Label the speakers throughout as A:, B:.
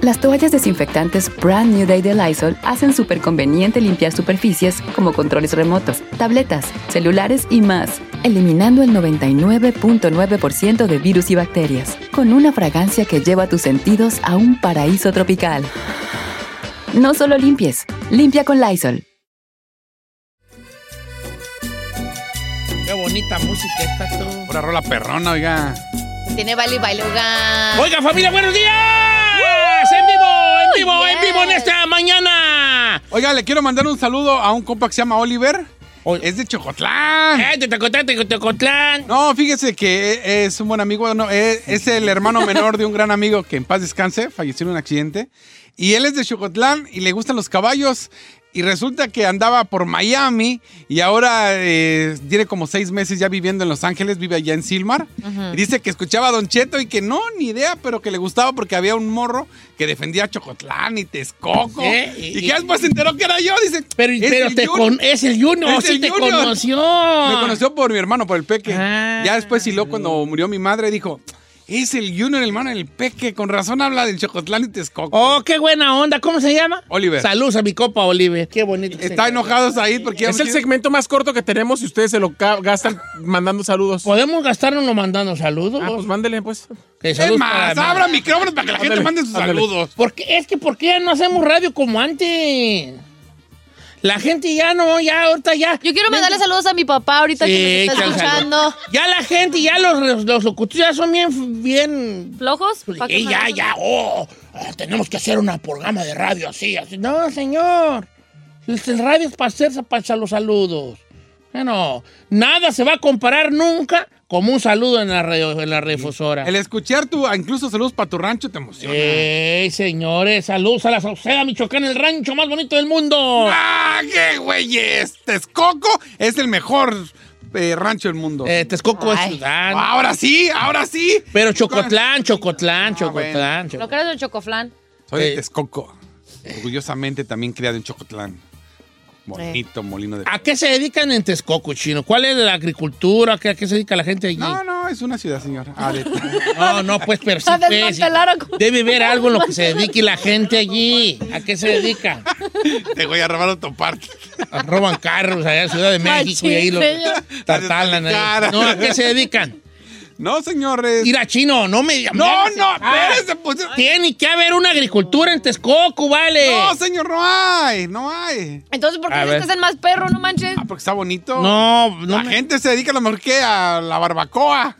A: Las toallas desinfectantes Brand New Day de Lysol hacen súper conveniente limpiar superficies como controles remotos, tabletas, celulares y más, eliminando el 99.9% de virus y bacterias, con una fragancia que lleva tus sentidos a un paraíso tropical. No solo limpies, limpia con Lysol.
B: Qué bonita música está tú.
C: Pura rola perrona, oiga.
D: Tiene baile y bailuga.
C: Ah.
B: Oiga, familia, buenos días. En vivo, en vivo, en vivo en
D: yes.
B: esta mañana.
C: Oiga, le quiero mandar un saludo a un compa que se llama Oliver. Es de Chocotlán.
B: Eh, te Tecotlán, te Tecotlán.
C: No, fíjese que e- es un buen amigo, no, e- es, el hermano menor de un gran amigo que en paz descanse, falleció en un accidente. Y él es de Chocotlán y le gustan los caballos. Y resulta que andaba por Miami y ahora eh, tiene como seis meses ya viviendo en Los Ángeles, vive allá en Silmar. Y dice que escuchaba a Don Cheto y que no, ni idea, pero que le gustaba porque había un morro que defendía a Chocotlán y Texcoco.
B: ¿Eh?
C: Y,
B: Y-
C: que después se enteró que era yo, dice.
B: Pero,
C: "Es
B: pero
C: el
B: te
C: Junior".
B: con- es el Juno,
C: Es
B: sí
C: el
B: te
C: Junior.
B: conoció.
C: Me conoció por mi hermano, por el peque.
B: Ah.
C: ya después hiló cuando murió mi madre, dijo, es el Junior, el hermano del peque, con razón habla del Chocotlán y Texcoco.
B: Oh, qué buena onda. ¿Cómo se llama?
C: Oliver.
B: Saludos a mi copa, Oliver. Qué bonito.
C: Está enojado Said porque ya
E: Es
C: no
E: el
C: quiere-
E: segmento más corto que tenemos y ustedes se lo ca- gastan mandando saludos.
B: ¿Podemos gastarnos mandando saludos?
E: Ah, pues mándele, pues.
B: Que
C: Es
B: saludos
C: más,
B: para-
C: abra micrófonos para que la gente
E: Ándale,
C: mande sus
E: ándale.
C: saludos.
B: Porque, es que ¿por qué ya no hacemos radio como antes? La gente ya no, ya ahorita ya.
D: Yo quiero mandarle saludos a mi papá ahorita que
B: Sí,
D: nos está
B: échale saludos.
D: escuchando.
B: Ya la gente, ya los, los, los locutores ya son bien, bien.
D: ¿Flojos? Pa' que
B: Y ya,
D: mandemos-
B: ya, oh, ah, tenemos que hacer una programa de radio así, así. No, señor. El radio es para hacerse para los saludos. Bueno, nada se va a comparar nunca como un saludo en la radio, en la radiofusora.
C: El escuchar tu, incluso saludos para tu rancho te emociona.
B: ¡Ey, señores! ¡Saludos a la Sauceda, Michoacán, el rancho más bonito del mundo!
C: ¡Ah, qué güeyes! Texcoco es el mejor eh, rancho del mundo.
B: Eh, Texcoco es
D: Ay.
B: ciudad.
C: ahora sí, ahora sí.
B: Pero Chocotlán, Chocotlán, Chocotlán. Chocotlán.
D: ¿No crees el chocoflán?
C: Soy de
B: Eh.
C: Texcoco. Orgullosamente también criado en Chocotlán. Bonito molino de...
B: ¿A qué se dedican en Texcoco, chino? ¿Cuál es la agricultura? ¿Qué- ¿A qué se dedica la gente allí?
C: No, no, es una ciudad, señora. Ah, de-
B: No, no, pues, pero sí,
D: A
B: pues,
D: desmantelar,
B: sí.
D: ¿o cómo?
B: Debe haber algo en lo que se dedique la gente allí. ¿A qué se dedica? Ah,
C: Te voy a robar autoparque.
B: Roban carros allá en Ciudad de México y ahí lo
D: Machín,
B: tartalan. ahí. No, ¿a qué se dedican?
C: No, señores.
B: Ir a chino, no me digas.
C: No, no,
B: Ah,
C: espérese, pues.
B: Tiene que haber una agricultura en Texcoco, vale.
C: No, señor, no hay, no hay.
D: Entonces, ¿por qué
B: A
D: dices
B: ver.
D: que es el más perro? No manches.
C: Ah, porque está bonito.
B: No, no
C: La
B: me-
C: gente se dedica a lo mejor que a la barbacoa.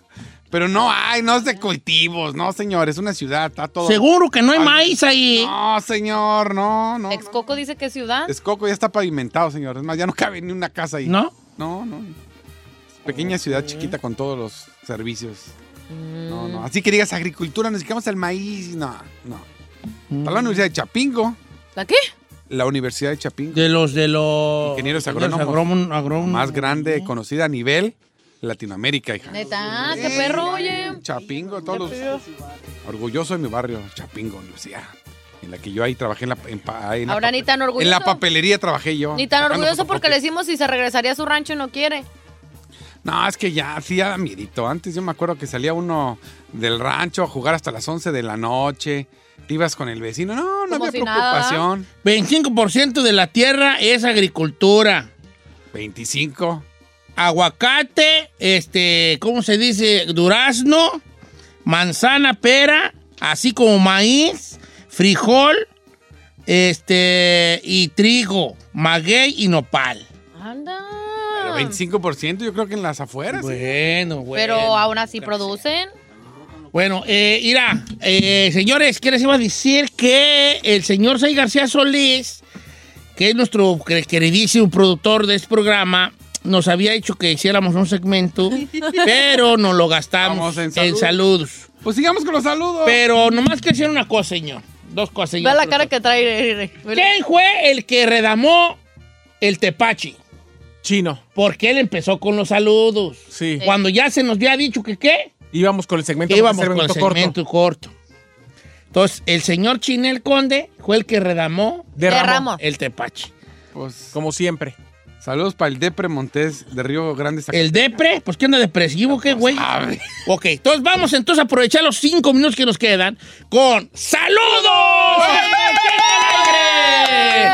C: Pero no hay, no es de cultivos. No, señor, es una ciudad, está todo.
B: Seguro que no hay
C: Ay,
B: maíz ahí.
C: No, señor, no,
B: Ah,
C: no. no.
D: Texcoco dice que es ciudad.
C: Texcoco ya está pavimentado, señor. Es más, ya no cabe ni una casa ahí.
B: ¿No?
C: No, no. Es Pequeña ciudad chiquita con todos los servicios. No, no. Así que digas agricultura, nos dedicamos al maíz. No, no. Está la Universidad de Chapingo.
D: ¿La qué?
C: La Universidad de Chapingo.
B: De los de los
C: Ingenieros
B: de los agrón-
C: agrónomos.
B: agrón-
C: más grande, conocida a nivel Latinoamérica, hija.
D: Neta, Ah, qué
C: Sí,
D: perro, oye.
C: Chapingo, todos los- Orgulloso de mi barrio, Chapingo, Universidad. En la que yo ahí trabajé en la, en pa- en la
D: Ahora ni tan orgulloso.
C: En la papelería trabajé yo.
D: Ni tan
C: sacando
D: orgulloso porque le
C: fotocopias.
D: decimos si se regresaría a su rancho y no quiere.
C: No, es que ya, sí, ya da miedito. Antes yo me acuerdo que salía uno del rancho a jugar hasta las 11 de la noche. Te ibas con el vecino. No, no
D: Como
C: había
D: si nada.
C: preocupación.
B: 25% de la tierra es agricultura.
C: 25.
B: Aguacate, este, ¿cómo se dice? Durazno, manzana, pera, así como maíz, frijol, este, y trigo, maguey y nopal.
D: Anda. Ah.
C: Pero 25% yo creo que en las afueras. ¿eh?
B: Bueno, bueno.
D: Pero aún así producen.
B: Bueno, eh, mira, eh, señores, ¿qué les iba a decir? Que el señor Say García Solís, que es nuestro cre- queridísimo productor de este programa, nos había dicho que hiciéramos un segmento, pero nos lo gastamos
C: Vamos, en
B: en saludos.
C: Pues sigamos con los saludos.
B: Pero nomás que decir una cosa, señor. Dos cosas.
D: Ve la cara que trae. re, re, re.
B: ¿Quién fue el que redamó el tepachi?
E: Chino.
B: Porque él empezó con los saludos.
E: Sí.
B: Cuando ya se nos había dicho que qué,
E: Íbamos con el segmento,
B: que íbamos
E: el
B: con el
E: segmento
B: segmento corto. Entonces, el señor Chinel Conde fue el que redamó
E: De
D: De
E: Ramo,
D: Ramo.
B: el tepachi.
C: Pues,
E: Como siempre.
C: saludos para el Depre Montés de Río Grande. Zac-
B: El depre, pues que anda depresivo, qué güey. Ok, entonces vamos entonces a aprovechar los cinco minutos que nos quedan con saludos. ¡Al aire!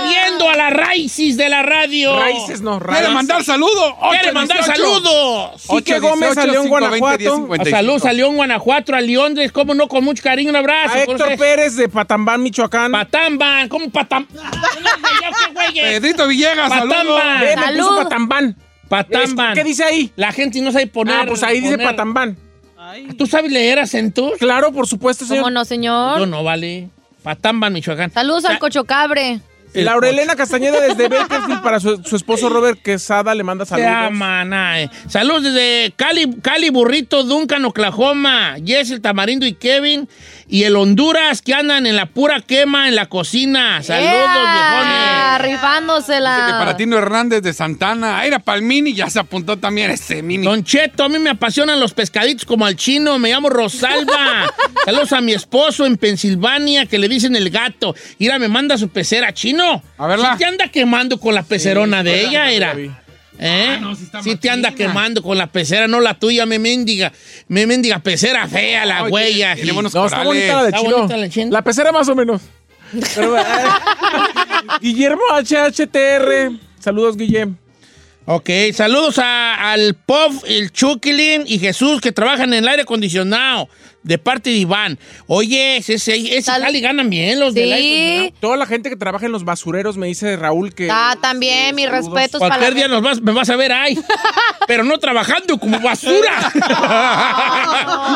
B: Volviendo a las raíces de la radio.
E: Raíces no,
C: ¡Quiere
E: raíces.
C: mandar saludo!
B: ¡Quiere mandar saludos!
E: Quique Gómez a León, Guanajuato.
B: A Saludos a León, Guanajuato, a Londres, cómo no, con mucho cariño, un abrazo.
E: A
B: con
E: Héctor
B: ustedes.
E: Pérez de Patambán, Michoacán.
B: Patamban, ¿cómo Patam? Pues,
C: Pedrito Villegas, saludos.
B: Patamban.
E: Eh, me puso
D: Salud.
E: Patambán.
B: Patamban.
E: ¿Qué dice ahí?
B: La gente no sabe poner.
E: Ah, pues ahí dice
B: poner-
E: Patambán.
B: ¿Tú sabes leer acentos?
E: Claro, por supuesto,
D: ¿Cómo
E: señor.
D: no,
B: Yo
D: señor?
B: no, vale. Patamban, Michoacán.
D: Saludos al cochocabre.
E: Laura Elena Castañeda desde Bakersfield para su, su esposo Robert Quesada le manda
B: Te
E: saludos.
B: aman, ay. Saludos desde Cali, Cali Burrito, Duncan, Oklahoma. Jess, el Tamarindo y Kevin. Y el Honduras que andan en la pura quema en la cocina. Saludos,
D: ¡Ea!
B: viejones.
D: Rifándosela.
C: Que para Tino Hernández de Santana. Aira Palmini ya se apuntó también ese mini.
B: Don Cheto, a mí me apasionan los pescaditos como al chino. Me llamo Rosalba. Saludos a mi esposo en Pensilvania que le dicen el gato. Ira, me manda su pecera chino.
C: A verla.
B: ¿Sí te anda quemando con la pecerona de ella, Ira? ¿Eh?
C: Ah, no, sí está
B: sí te anda
C: machina.
B: quemando con la pecera, no la tuya, me mendiga. Me mendiga pecera fea, la
C: Ay,
B: huella.
C: tiene- tiene buenos
E: No, está
C: corales.
E: bonita la de
B: ¿Está
E: Chino.
B: bonita la de Chino?
E: La pecera más o menos. Pero, eh, Guillermo HHTR. Saludos, Guillem.
B: Ok, saludos a- al Pop, el Chuquilín y Jesús que trabajan en el aire acondicionado de parte de Iván. Oye, ese, ese, ese
D: Sal-
B: Cali ganan bien los del aire acondicionado.
D: Sí.
E: Toda la gente que trabaja en los basureros me dice Raúl que.
D: Ah, también, mis
E: saludos.
D: respetos para la
B: Cualquier día
D: gente.
B: nos vas, me vas a ver ahí, pero no trabajando como basura.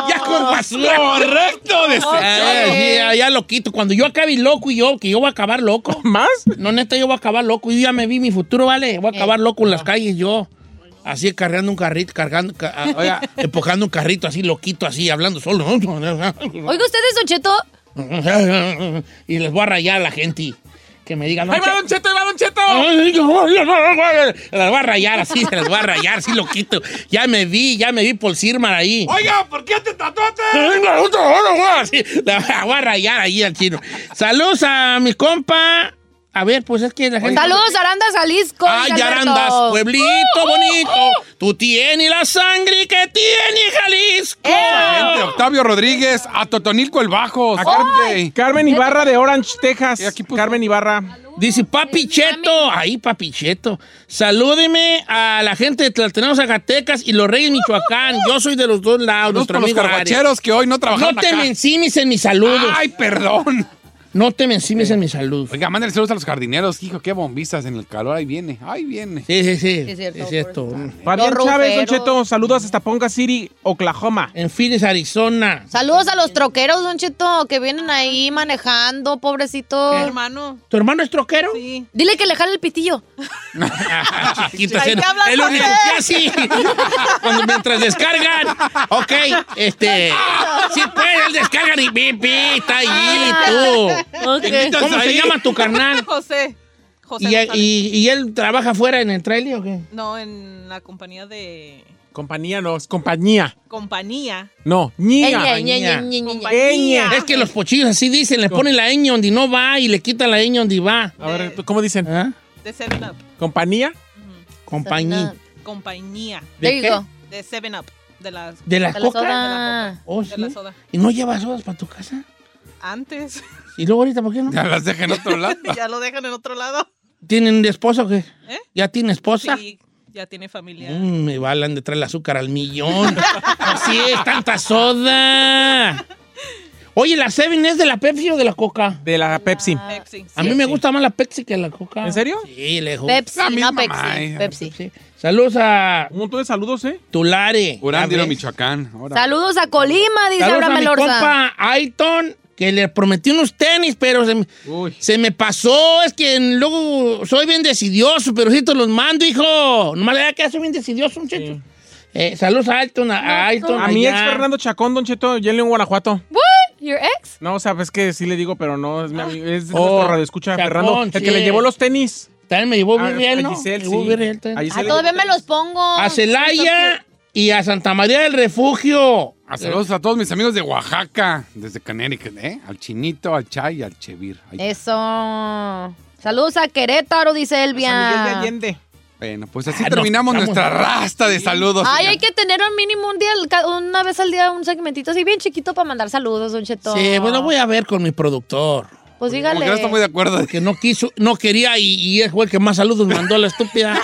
B: ya con basura.
C: Correcto, de
B: Eh, ya, ya lo quito. Cuando yo acabe loco y yo, que yo voy a acabar loco.
E: ¿Más?
B: No, neta, yo voy a acabar loco. Yo ya me vi mi futuro, ¿vale? Voy a acabar loco en las calles yo. Así cargando un carrito, cargando, ca- ah, oiga, empujando un carrito así, loquito, así, hablando solo.
D: Oiga, ustedes, Don Cheto,
B: y les voy a rayar a la gente que me digan...
E: ¡Ahí va Don Cheto, ahí va Don Cheto!
B: Se las va a rayar así, se las va a rayar, sí, loquito. Ya me vi, ya me vi por Sirmar ahí.
C: Oiga, ¿por qué te tatuaste?
B: Sí, La voy a rayar ahí al chino. Saludos a mi compa. A ver, pues es que la gente.
D: saludos, Arandas, Jalisco.
B: Ay,
D: Luis Alberto. ¡Uh!
B: Yarandas, pueblito bonito. Tú tienes la sangre que tiene Jalisco.
C: Gente, Octavio Rodríguez, a Totonilco el Bajo.
E: A
C: Sarde.
E: Carmen Ibarra de Orange, Texas.
C: Y aquí
B: pues,
C: puso-
E: Carmen Ibarra.
B: Dice Papi Cheto, ahí Papi Cheto, salúdeme a la gente de Tlaltenango, Zacatecas y los Reyes Michoacán. Yo soy de los dos lados,
C: Saludos
B: nuestro
C: para los
B: amigo Ares.
C: carguacheros que hoy no
B: No
C: trabajaron
B: te me
C: acá.
B: encimes en mis saludos.
C: Ay, perdón.
B: No te me encimes en mis saludos.
C: Oiga, mándale saludos a los jardineros. Hijo, qué bombistas en el calor. Ahí viene, ahí viene.
B: Sí, sí, sí.
D: Sí,
B: Es
D: es cierto,
B: cierto. Es cierto.
E: Fabián
D: Los
E: Chávez, Don
D: ruferos.
E: Cheto. Saludos hasta Ponca City, Oklahoma.
B: En Phoenix, Arizona.
D: Saludos a los troqueros, Don Cheto, que vienen ahí manejando, pobrecito.
F: hermano.
B: ¿Tu hermano es troquero? Ah,
F: Sí.
D: Dile que le jale el pitillo.
B: Chiquito,
F: Ay,
B: ese no.
F: ¿qué hablas
B: El
F: con
B: único
F: él?
B: que así. Cuando mientras descargan. Ok, este. Sí, pues, él descargan y pipi, está ahí,
F: Ah.
B: tú. ¿Cómo se
C: ahí.
B: llama tu carnal?
F: José. José.
B: ¿Y,
F: González.
B: y- y él trabaja fuera en el trailer o qué?
F: No, en la compañía de.
E: Compañía no, es compañía.
F: Compañía.
E: No,
D: Ñe,
E: ñiña.
D: Ñe, Ñe, Ñe, Ñe, Ñe.
F: Compañía.
B: Es que los pochillos así dicen, le ponen la ñ donde no va y le quitan la ñ donde va.
E: A ver, ¿tú ¿cómo dicen?
B: ¿Ah?
F: De 7 Up.
E: ¿Compañía?
B: Compañía.
F: Compañía.
D: There you
B: qué?
D: go.
F: De 7 Up. De la,
B: ¿De la
D: De la
B: coca?
D: soda.
B: Oh,
F: de la
B: sí.
F: soda.
B: ¿Y no llevas sodas para tu casa?
F: Antes.
B: ¿Y luego ahorita por qué no?
C: Ya las dejé en otro lado.
F: ya lo dejan en otro lado.
B: ¿Tienen esposa o qué?
F: ¿Eh?
B: ¿Ya tiene esposa?
F: Sí, ya tiene familia.
B: Mm, me balan de traer el azúcar al millón. Así es, tanta soda. Oye, ¿la Seven es de la Pepsi o de la Coca?
E: De la Pepsi.
D: Ah.
F: Pepsi.
B: A mí me gusta más la Pepsi que la Coca.
E: ¿En serio?
B: Sí, lejos.
D: Pepsi,
C: La misma
D: no Pepsi.
B: eh.
C: madre.
D: Pepsi.
B: Sí. Saludos a
E: Un montón de saludos, ¿eh?
B: Tulare.
C: Urándiro,
B: ¿sabes?
C: Michoacán. Ahora.
D: Saludos a Colima, dice
B: Saludos
D: Abraham
B: a mi
D: Elorza.
B: compa Aiton, que le prometí unos tenis, pero se, me-
C: Uy.
B: se me pasó. Es que luego soy bien decidioso, pero si te los mando, hijo. Nomás le da que soy bien decidioso, muchacho. Eh, saludos a Aiton, a, a Aiton.
E: A mi ex
B: allá.
E: Fernando Chacón, Don Cheto, ya en León, Guanajuato.
D: ¿Your ex?
E: No, sabes que sí le digo, pero no, es mi amigo. Es de
B: Oh,
E: nuestro radioescucha,
B: chacón,
E: Fernando. El
B: sí.
E: que le llevó los tenis.
B: También me llevó
E: A-
B: bien, bien,
E: a
B: ¿no?
E: Giselle,
B: Me llevó
E: sí.
B: bien él también.
E: A Giselle
D: Ah,
E: le
D: todavía
E: llevó
D: me los pongo.
B: A Celaya y a Santa María del Refugio.
C: A saludos a todos mis amigos de Oaxaca, desde Connecticut, ¿eh? Al Chinito, al Chay y al Chevir. Ay,
B: Eh.
D: Eso. Saludos a Querétaro, dice
E: San Miguel de
D: Elvia.
E: Allende.
C: Bueno, pues así
B: Ah, no,
C: terminamos
B: estamos-
C: nuestra rasta de saludos.
D: Ay, hay que tener al mínimo un día, al ca- una vez al día, un segmentito así bien chiquito para mandar saludos, Don Cheto.
B: Sí, bueno, voy a ver con mi productor.
D: Pues
C: Como
D: dígale.
C: que no estoy muy de acuerdo.
B: Que no quiso, no quería y, y él fue el que más saludos mandó a la estúpida.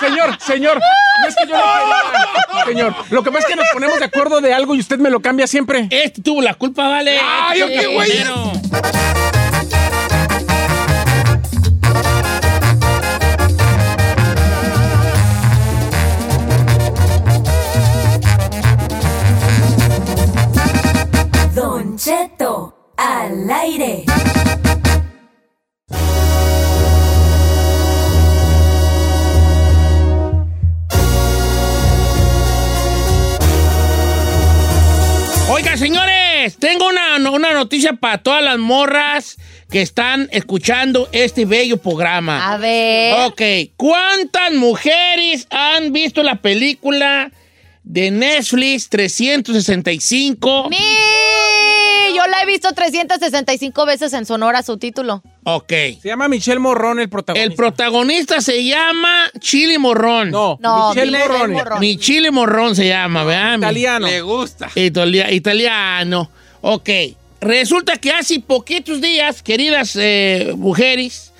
E: Señor, señor, no es que yo lo Señor, lo que pasa es que nos ponemos de acuerdo de algo y usted me lo cambia siempre.
B: este tuvo la culpa, vale.
C: Ay,
B: Este
C: ¿yo qué,
B: fue
C: güey?
B: primero.
G: Don Cheto, al aire.
B: Oiga, señores, tengo una, una noticia para todas las morras que están escuchando este bello programa.
D: A ver.
B: Ok, ¿cuántas mujeres han visto la película de Netflix 365?
D: Mi- Yo la he visto 365 veces en Sonora su título.
B: Ok.
E: Se llama Michelle Morrón el protagonista.
B: El protagonista se llama Chili Morrón.
E: No,
D: No,
E: Michelle
D: Michelle
E: Morrón.
D: Morrón.
B: Ni Chili Morrón se llama, ¿verdad?
E: Italiano.
C: Le gusta.
B: Italia- italiano. Ok. Resulta que hace poquitos días, queridas eh, mujeres,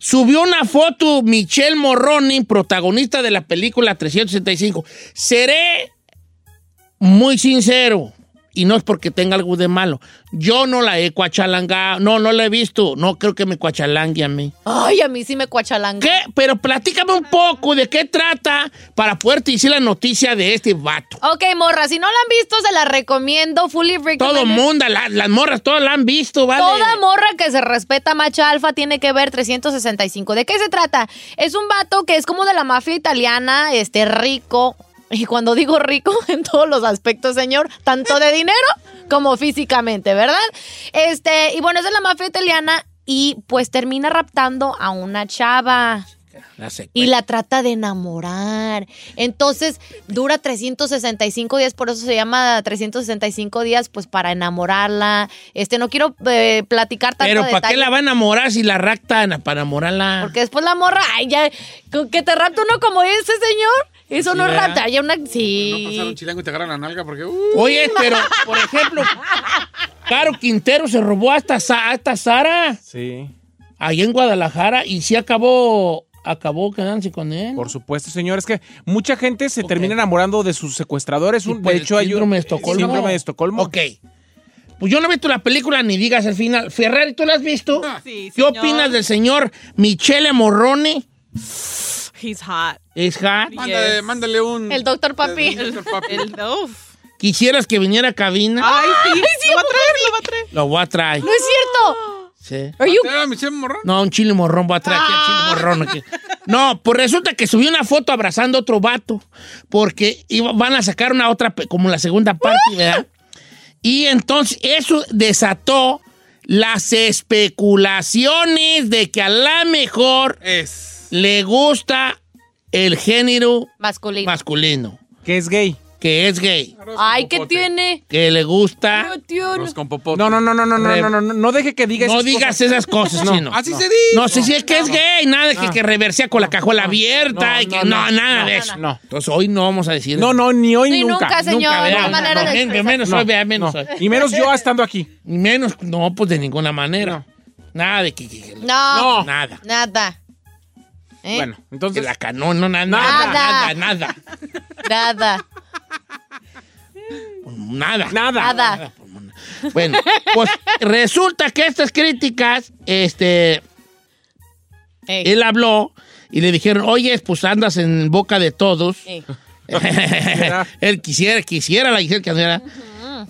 B: subió una foto Michelle Morroni, protagonista de la película 365. Seré muy sincero, y no es porque tenga algo de malo. Yo no la he cuachalangado, no, no la he visto. No creo que me cuachalangue a mí.
D: Ay, a mí sí me cuachalanga.
B: ¿Qué? Pero platícame un poco de qué trata para poder decir la noticia de este vato.
D: Ok, morra, si no la han visto, se la recomiendo. Fully
B: Todo
D: recommended.
B: mundo, la- las morras, todas la han visto, ¿vale?
D: Toda morra que se respeta macha alfa tiene que ver 365. ¿De qué se trata? Es un vato que es como de la mafia italiana, este rico. Y cuando digo rico, en todos los aspectos, señor, tanto de dinero como físicamente, ¿verdad? Este, y bueno, es de la mafia italiana y pues termina raptando a una chava.
B: La pues. secuela.
D: Y la trata de enamorar. Entonces, dura 365 días, por eso se llama 365 días, pues para enamorarla. Este, no quiero eh, platicar tanto
B: Pero ¿para
D: detalle,
B: qué la va a enamorar si la ractan? Para enamorarla.
D: Porque después la morra, ay, ya, con que te rapta uno como ese, señor. Eso
B: Sí,
D: no es
B: ¿verdad?
D: rapta, ya una.
C: No pasar un
D: Sí.
C: chilango y te agarran la nalga porque... uh,
B: Oye, pero, por ejemplo, Caro Quintero se robó hasta, Sa- hasta Sara
E: Sí.
B: ahí en Guadalajara y sí acabó, acabó quedándose con él.
E: Por supuesto, señor. Es que mucha gente se
B: Ok.
E: termina enamorando de sus secuestradores.
B: Sí,
E: Un-
B: por
E: de
B: el
E: hecho, hay un
B: síndrome de Estocolmo.
E: síndrome de Estocolmo.
B: Ok. Pues yo no he visto la película ni digas el final. Ferrari, ¿tú la has visto?
F: Ah, Sí,
B: ¿Qué
F: señor.
B: opinas del señor Michele Morrone?
F: He's hot.
B: Es hot.
C: mándale,
F: Yes.
C: mándale un...
D: El doctor papi.
C: El doctor papi.
F: El, uf.
B: ¿Quisieras que viniera a cabina?
F: Ay, sí. lo va a traer, lo va a traer.
B: Lo voy a traer.
D: No es cierto.
B: Sí.
D: Are you-
C: ¿Era Michelle Ah, Morrón?
B: No, un chile morrón voy a traer aquí al
C: Ah.
B: chile morrón. aquí. No, pues resulta que subió una foto abrazando a otro vato, porque iba- van a sacar una otra, pe- como la segunda parte, ¿verdad? Y entonces eso desató las especulaciones de que a la mejor
C: Es...
B: le gusta el género
D: Masculino.
B: masculino,
E: Que es gay.
B: que es gay,
D: Ay, ¿qué tiene?
B: que le gusta...
D: No, tío, no.
C: Los con popote.
E: No, no, no, no, no, no, no, no, no, no deje que diga
B: No
E: esas
B: digas
E: cosas.
B: esas cosas,
E: No.
B: chino.
C: Así
B: no.
C: se dice.
B: No, sí, sí, es que es gay, nada de que, que reversea con la cajuela abierta
E: Ah. no,
B: y que
E: no,
B: no,
E: no,
B: nada
E: no,
B: de eso.
E: no.
B: Entonces hoy no vamos a decir.
E: No, no, ni hoy
D: Ni
E: nunca.
D: nunca, señor.
B: nunca,
D: no
B: ¿verdad?
D: hay manera
B: No,
D: de
B: men-
D: expresar.
B: menos
E: No,
B: hoy, vea, menos
E: no.
B: hoy.
E: Y menos yo estando aquí.
B: Ni Menos, no, pues de ninguna manera. Nada de que, que- que-
D: No,
B: nada.
D: nada. ¿Eh?
E: Bueno,
B: De
E: entonces.
B: la canón, no, nada,
D: Nada.
B: nada, nada,
D: Nada.
B: nada.
E: Nada.
D: Nada.
B: Bueno, pues resulta que estas críticas, este,
D: Ey.
B: él habló y le dijeron, oye, pues andas en boca de todos.
D: Ey.
B: él quisiera, quisiera la Giselle Candela.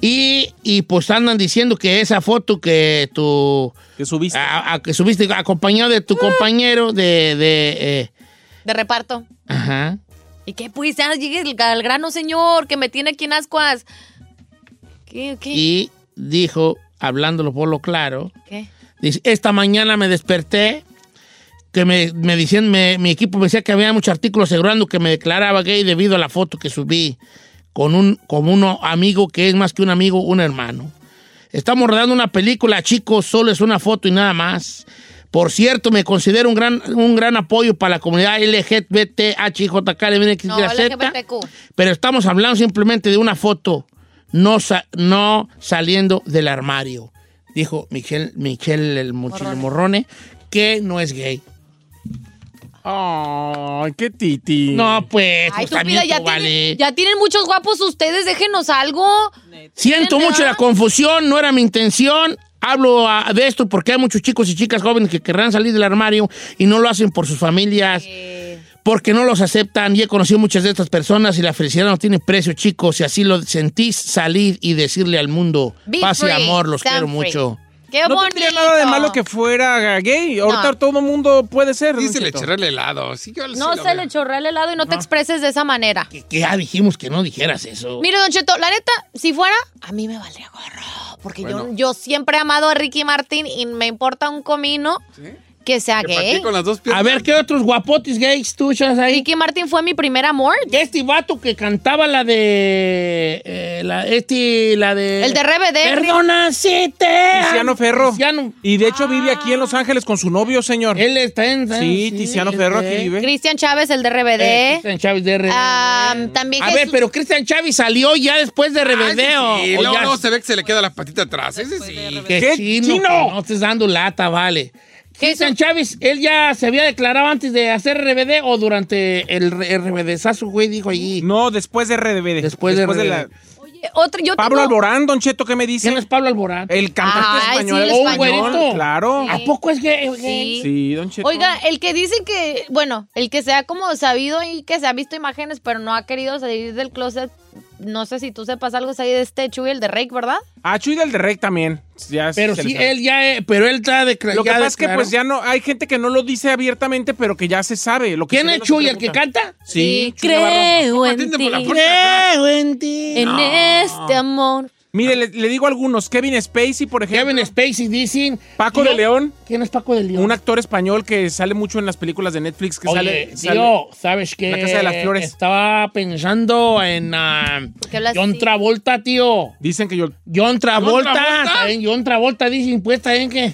B: Y, y pues andan diciendo que esa foto que tú
E: Que subiste.
B: a- a- que subiste acompañado de tu compañero de, de eh,
D: De reparto.
B: ajá.
D: ¿Y qué pues? Ya llegue al grano, señor, que me tiene aquí en ascuas. ¿Qué, qué?
B: Y dijo, hablándolo por lo claro,
D: ¿Qué?
B: dice, esta mañana me desperté, que me, me decían, me- mi equipo me decía que había muchos artículos asegurando que me declaraba gay debido a la foto que subí con un, con un amigo que es más que un amigo, un hermano. Estamos rodando una película, chicos, solo es una foto y nada más. Por cierto, me considero un gran, un gran apoyo para la comunidad LGBTHIJK,
D: No, LGBTQ.
B: pero estamos hablando simplemente de una foto, no, sa- no saliendo del armario, dijo Michel, Michel el Mochil Morrone, que no es gay.
E: Ay, qué titi.
B: No, pues,
D: Ay,
B: pues,
D: tú, mira,
B: también
D: ya,
B: tú, vale.
D: tienen, ya tienen muchos guapos ustedes, déjenos algo.
B: Siento
D: ¿Neta?
B: mucho la confusión, no era mi intención. Hablo ah, de esto porque hay muchos chicos y chicas jóvenes que querrán salir del armario y no lo hacen por sus familias, porque no los aceptan. Y he conocido muchas de estas personas y la felicidad no tiene precio, chicos. Si así lo sentís, salid y decirle al mundo,
D: Be
B: paz y
D: free,
B: amor, los
D: sean
B: quiero
D: free.
B: mucho.
D: Qué
E: No
D: bonito.
E: tendría nada de malo que fuera gay. Ahorita
D: No.
E: todo mundo puede ser.
C: Sí
E: Don
C: se le
E: Cheto.
C: chorrea el helado. Sí, yo sí
D: No
C: lo
D: se
C: veo.
D: le chorrea el helado y no,
E: Ah.
D: te expreses de esa manera.
B: Que, que ya dijimos que no dijeras eso.
D: Mire, Don Cheto, la neta, si fuera, a mí me valdría gorro. Porque yo, yo siempre he amado a Ricky Martín y me importa un comino que sea
C: Que pateé
D: gay.
C: con las dos piernas.
B: A ver, ¿qué otros guapotes gays tú echas ahí?
D: Ricky Martín fue mi primer amor.
B: Este vato que cantaba la de. eh, la, este, la de.
D: El de RBD.
B: Perdona si te. amo.
E: Tiziano Ferro.
B: Tiziano.
E: Y de hecho vive aquí en
B: Ah.
E: Los Ángeles con su novio, señor.
B: Él está en.
E: Sí, Tiziano Ferro aquí
B: este.
E: vive.
D: Cristian Chávez, el de
B: Eh,
D: RBD.
B: Cristian Chávez de RBD.
D: Ah, también
B: A
D: Jesús-
B: ver, pero Cristian Chávez salió ya después
E: Ah,
B: de
C: Ah,
B: RBD o-
C: Y
B: o
C: luego
B: ya-
C: luego se ve que se le queda la patita atrás. Ese sí.
B: Qué
E: ¿Qué
B: chino,
E: chino?
B: que No estés dando lata, vale. Cristian Chávez, él ya se había declarado antes de hacer RBD o durante el RBD. Sasu, güey, dijo allí.
E: No, después de RBD.
B: Después de
E: la-
B: RBD.
D: Oye, otro, yo
E: Pablo
D: tengo-
E: Alborán, Don Cheto, ¿qué me dice?
B: ¿Quién es Pablo Alborán?
E: El cantante
D: Ay,
E: español.
D: sí, el
E: Oh, un
D: español.
E: güerito. Claro. Ah,
B: ¿A poco es que.?
D: Sí.
E: Sí, Don Cheto.
D: Oiga, el que dice que, bueno, el que se ha como sabido y que se ha visto imágenes, pero no ha querido salir del closet. No sé si tú sepas algo ahí de este Chuy, el de Rake, ¿verdad?
E: Ah, Chuy del de Rec también. Ya
B: Pero
E: se
B: sí,
E: les-
B: él ya, eh, pero él está declarado.
E: Lo que pasa es que pues ya no, hay gente que no lo dice abiertamente, pero que ya se sabe. Lo que
B: ¿Quién
E: se ve
B: es
E: no se
B: Chuy, el que
E: pregunta.
B: canta?
E: Sí, Chuy Navarro.
A: Creo en
C: Atiende por la
A: ti.
C: puerta de atrás.
B: Creo en ti.
A: En este amor.
E: Mire, le, le digo algunos. Kevin Spacey, por ejemplo.
B: Kevin Spacey dicen.
E: Paco de
B: Tío,
E: León.
B: ¿Quién es Paco de León?
E: Un actor español que sale mucho en las películas de Netflix que
B: Oye,
E: sale,
B: tío,
E: sale-
B: ¿sabes qué?
E: La Casa de las Flores.
B: Estaba pensando en ah,
D: qué hablas
B: John
D: así?
B: Travolta, tío.
E: Dicen que yo.
B: John Travolta.
C: Travolta?
B: también John Travolta dicen, pues también que.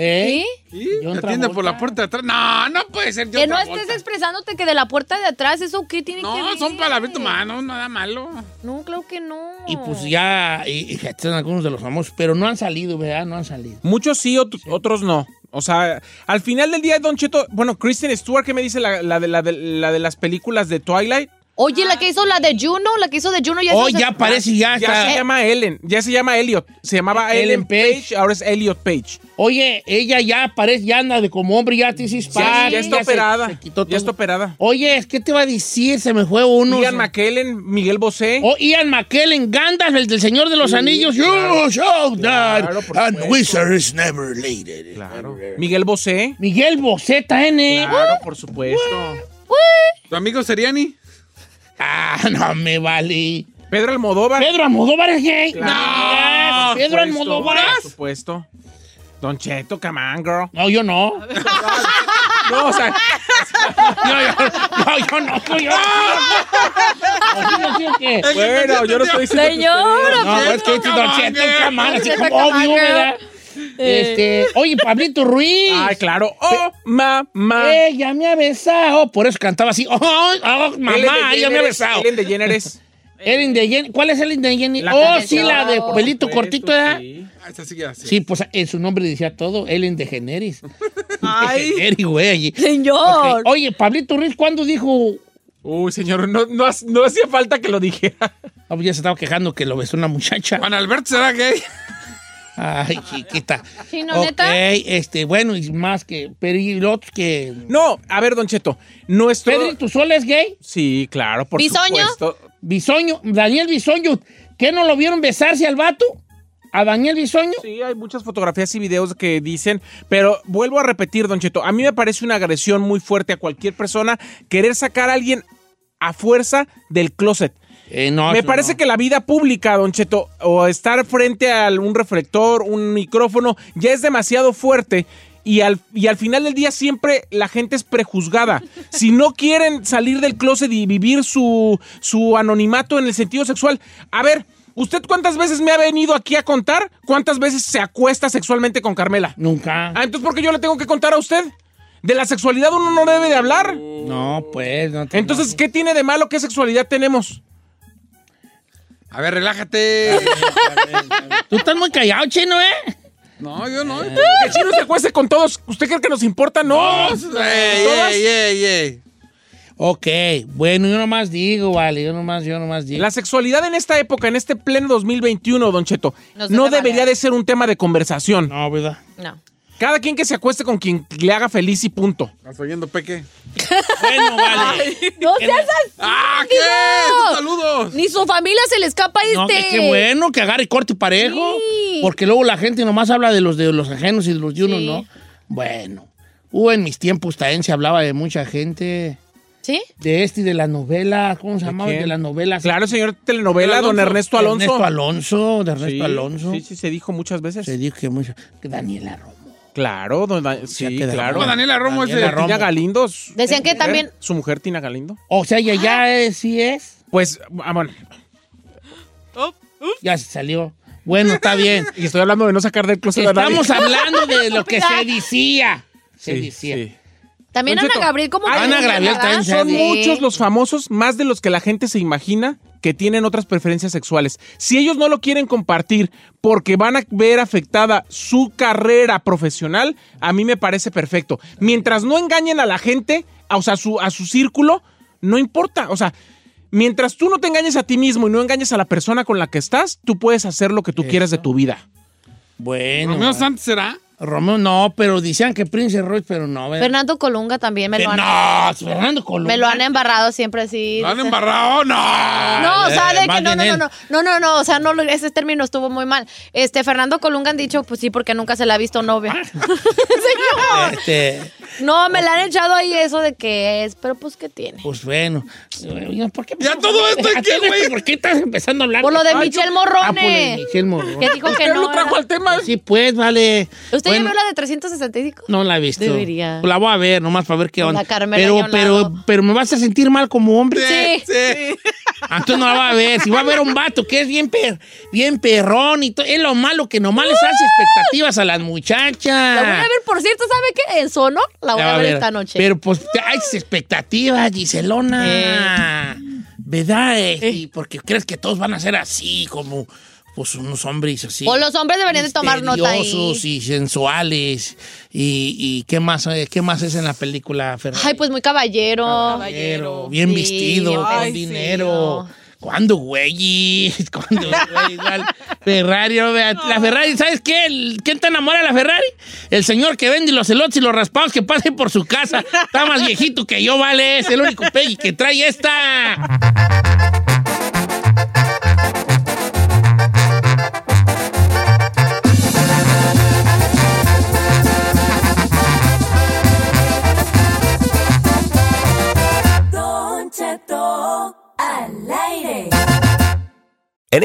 B: ¿Eh?
C: ¿Sí?
B: John
C: Te atiende
B: Travolta.
C: por la puerta de atrás. No, no puede ser. yo
D: que no
C: otra
D: estés
C: vuelta.
D: expresándote que de la puerta de atrás, ¿eso qué tiene que ver?
C: No, son palabritos humanos, nada malo.
D: No, claro que no.
B: Y pues ya, y, y están algunos de los famosos, pero no han salido, ¿verdad? No han salido.
E: Muchos sí, ot- otros no. O sea, al final del día, Don Cheto. Bueno, Kristen Stewart, ¿qué me dice la, la de, la, de, la de las películas de Twilight?
D: Oye, la que hizo la de Juno, la que hizo de Juno ya
B: Oh,
D: se-
B: ya parece, ya
E: Ya
B: está.
E: se llama Ellen. Ya se llama Elliot. Se llamaba
B: Ellen
E: Ellen,
B: Page.
E: Page. Ahora es Elliot Page.
B: Oye, ella ya parece, ya anda de como hombre, ya te hiciste
E: Ya-
B: pan,
E: ya está
B: se-
E: operada.
B: se quitó
E: Ya está
B: todo.
E: operada.
B: Oye, ¿qué te va a decir? Se me fue uno.
E: Ian
B: Se-
E: McKellen, Miguel Bosé.
B: Oh, Ian McKellen, Gandalf, el del Señor de los Anillos. You shall die,
E: Claro, por
B: and
E: supuesto.
B: wizard is never related.
E: Miguel Bosé.
B: Miguel Boceta, N.
E: Claro, por supuesto.
C: ¿Tu amigo Seriani?
B: Ah, no me vale.
E: Pedro Almodóvar.
B: Pedro Almodóvar es gay.
E: Claro,
B: No,
E: por
B: Pedro
E: supuesto,
B: Almodóvar.
E: Por supuesto. Don Cheto, come on, girl.
B: No, yo no.
E: No, o sea,
B: No, yo no. yo no, yo no. Así no sé qué.
E: bueno, yo no estoy diciendo. que
A: Señor,
E: usted-
B: No, es que este Don Cheto, cámara, así
D: Don Cheto,
B: como
D: come
B: obvio,
D: on, girl.
B: ¿verdad? Este, oye, Pablito Ruiz.
E: Ay, claro. Oh, mamá.
B: Ella me ha besado. Por eso cantaba así. Oh, oh, oh,
E: Ellen
B: mamá, ella me ha
E: DeGeneres,
B: besado.
E: Ellen DeGeneres.
B: Ellen de Jenny. ¿Cuál es Ellen de Jenny?
E: La
B: oh,
E: canción.
B: sí, la de
D: Por
B: pelito
E: Por
B: cortito,
E: supuesto,
B: ¿eh? ¿verdad? Sí.
E: sí.
C: Ah, esa sí, ya sí.
B: pues en su nombre decía todo. Ellen de Generis. Eh,
F: Ay,
B: güey, allí.
A: señor.
B: Ok, Oye, Pablito Ruiz, ¿cuándo dijo?
E: Uy, señor, no, no, ha- no hacía falta que lo dijera.
B: Ah, pues ya se estaba quejando que lo besó una muchacha.
C: Juan Alberto será gay.
B: Ay, chiquita.
D: Sí, no, neta.
B: Ok, este, bueno, y más que. Pero y los otros que.
E: No, a ver, Don Cheto. Nuestro.
B: Pedro, ¿tu sol es gay?
E: Sí, claro, por
D: ¿Bisoño?
E: supuesto.
B: Bisoño, Daniel Bisoño, ¿qué no lo vieron besarse al vato? ¿A Daniel Bisoño?
E: Sí, hay muchas fotografías y videos que dicen, pero vuelvo a repetir, Don Cheto, a mí me parece una agresión muy fuerte a cualquier persona querer sacar a alguien a fuerza del closet.
B: Eh, no,
E: Me
B: eso
E: parece
B: no.
E: que la vida pública, Don Cheto, o estar frente a un reflector, un micrófono, ya es demasiado fuerte. Y al, y al final del día siempre la gente es prejuzgada. Si no quieren salir del closet y vivir su, su anonimato en el sentido sexual, a ver, ¿usted cuántas veces me ha venido aquí a contar cuántas veces se acuesta sexualmente con Carmela?
B: Nunca.
E: Ah, entonces ¿por qué yo le tengo que contar a usted? De la sexualidad uno no debe de hablar.
B: No, pues, no te
E: Entonces, ¿qué tiene de malo? ¿Qué sexualidad tenemos?
C: A ver, relájate.
B: Tú estás muy callado, chino, ¿eh?
C: No, yo no.
E: El chino se acueste con todos. ¿Usted cree que nos importa? No.
C: Ey,
E: Todas.
C: ey, ey, ey.
B: Ok, bueno, yo nomás digo, vale, yo nomás, yo nomás digo.
E: La sexualidad en esta época, en este pleno 2021, Don Cheto,
D: Nos
E: no
D: debe
E: debería
D: valer.
E: de ser un tema de conversación.
B: No, ¿verdad?
D: No.
E: Cada quien que se acueste con quien le haga feliz y punto.
C: ¿Estás oyendo, Peque?
B: Bueno, vale.
D: No seas así.
C: ¡Ah, qué!
D: Digo.
C: ¡Sus ¡Saludos!
D: Ni su familia se le escapa este.
B: No, es que bueno que agarre corte parejo,
D: Sí.
B: porque luego la gente nomás habla de los de los ajenos y de los de uno,
D: Sí.
B: ¿no? Bueno, hubo en mis tiempos también se hablaba de mucha gente,
D: ¿Sí?
B: de este y de las novelas, ¿cómo se llamaba?
E: quién?
B: De las novelas.
E: Claro, señor telenovela,
B: Alonso,
E: Don Ernesto Alonso.
B: Ernesto Alonso, de Ernesto
E: Sí,
B: Alonso.
E: Sí, sí, se dijo muchas veces.
B: Se dijo que mucho, que Daniela Romo.
E: Claro, don Da-
B: O sea,
E: sí,
B: que
E: claro.
C: Daniela Romo es de-
B: Daniela
E: Tina
B: Romo.
E: Galindo. su-
D: Decían que
E: mujer-
D: también-
E: Su mujer, Tina Galindo.
B: O sea, ya, ya eh, sí es.
E: Pues, ah, bueno,
F: Oh, oh.
B: Ya se salió. Bueno, está bien.
E: y estoy hablando de no sacar del closet a nadie.
B: Estamos hablando de lo que se decía. Se
E: Sí,
B: decía.
E: sí.
D: También
E: Don
D: Ana
E: Cheto,
D: Gabriel, como
B: Ana Gabriel también se
E: Ah, Son
B: Sí.
E: muchos los famosos, más de los que la gente se imagina que tienen otras preferencias sexuales. Si ellos no lo quieren compartir porque van a ver afectada su carrera profesional, a mí me parece perfecto. Mientras no engañen a la gente, a- o sea, a su, a su círculo, no importa. O sea, mientras tú no te engañes a ti mismo y no engañes a la persona con la que estás, tú puedes hacer lo que tú quieras de tu vida.
B: Bueno.
C: ¿Romeo Santos será?
B: Romeo, no, pero decían que Prince Royce, pero no. ¿verdad?
D: Fernando Colunga también me lo han,
B: no, Fernando Colunga.
D: me lo han embarrado siempre así.
C: ¿Lo han embarrado? ¡No!
D: No, o sea,
B: eh,
D: de
B: más
D: que no, no,
B: bien
D: no, no, no, no, no, o sea, no, lo- ese término estuvo muy mal. Este, Fernando Colunga han dicho, pues sí, porque nunca se le ha visto novia. Señor.
B: Este,
D: No, me le han echado ahí eso de que es, pero pues, ¿qué tiene?
B: pues bueno. Oye, ¿Por qué?
C: Ya todo esto aquí,
B: ¿Todo esto?
C: güey.
B: ¿Por qué estás empezando a hablar?
D: Por lo de
B: Ay,
D: Michelle
B: yo-
D: Morrone.
B: Ah, por lo de Michelle Morrone.
D: Que dijo que
E: Usted
D: no.
E: lo trajo
D: era-
E: al tema.
B: Sí, pues, vale.
D: ¿Usted
B: Bueno,
D: ya vio la de 365?
B: No la he visto.
D: Debería.
B: La voy a ver, nomás para ver qué
D: Con la
B: onda.
D: Carmela ahí a
B: pero,
D: un
B: pero,
D: lado.
B: pero me vas a sentir mal como hombre.
D: Sí.
B: Ah, Entonces no la va a ver. Si va a ver a un vato que es bien, per- bien perrón y todo. Es lo malo que nomás les hace expectativas a las muchachas.
D: La voy a ver, por cierto, ¿sabe qué? En Sono la voy
B: La va
D: a ver esta noche.
B: Pero pues te- hay esas expectativas,
D: Eh.
B: Giselona. ¿Verdad? Eh, y Porque crees que todos van a ser así, como pues unos hombres así.
D: o los hombres deberían de tomar nota ahí.
B: misteriosos y sensuales. Y, y qué más, eh, qué más es en la película, Ferrari?
D: Ay, pues muy caballero.
B: Caballero, bien
D: Sí,
B: vestido,
D: ay,
B: con
D: sí,
B: dinero.
D: no.
B: ¿Cuándo, güey? ¿Cuándo, güey? Igual, Ferrari, no vea- la Ferrari, ¿sabes qué? El- ¿Quién te enamora de la Ferrari? El señor que vende los elotes y los raspados que pasen por su casa. Está más viejito que yo, vale. Es el único Peggy que trae esta.
G: Don Cheto al aire.
H: En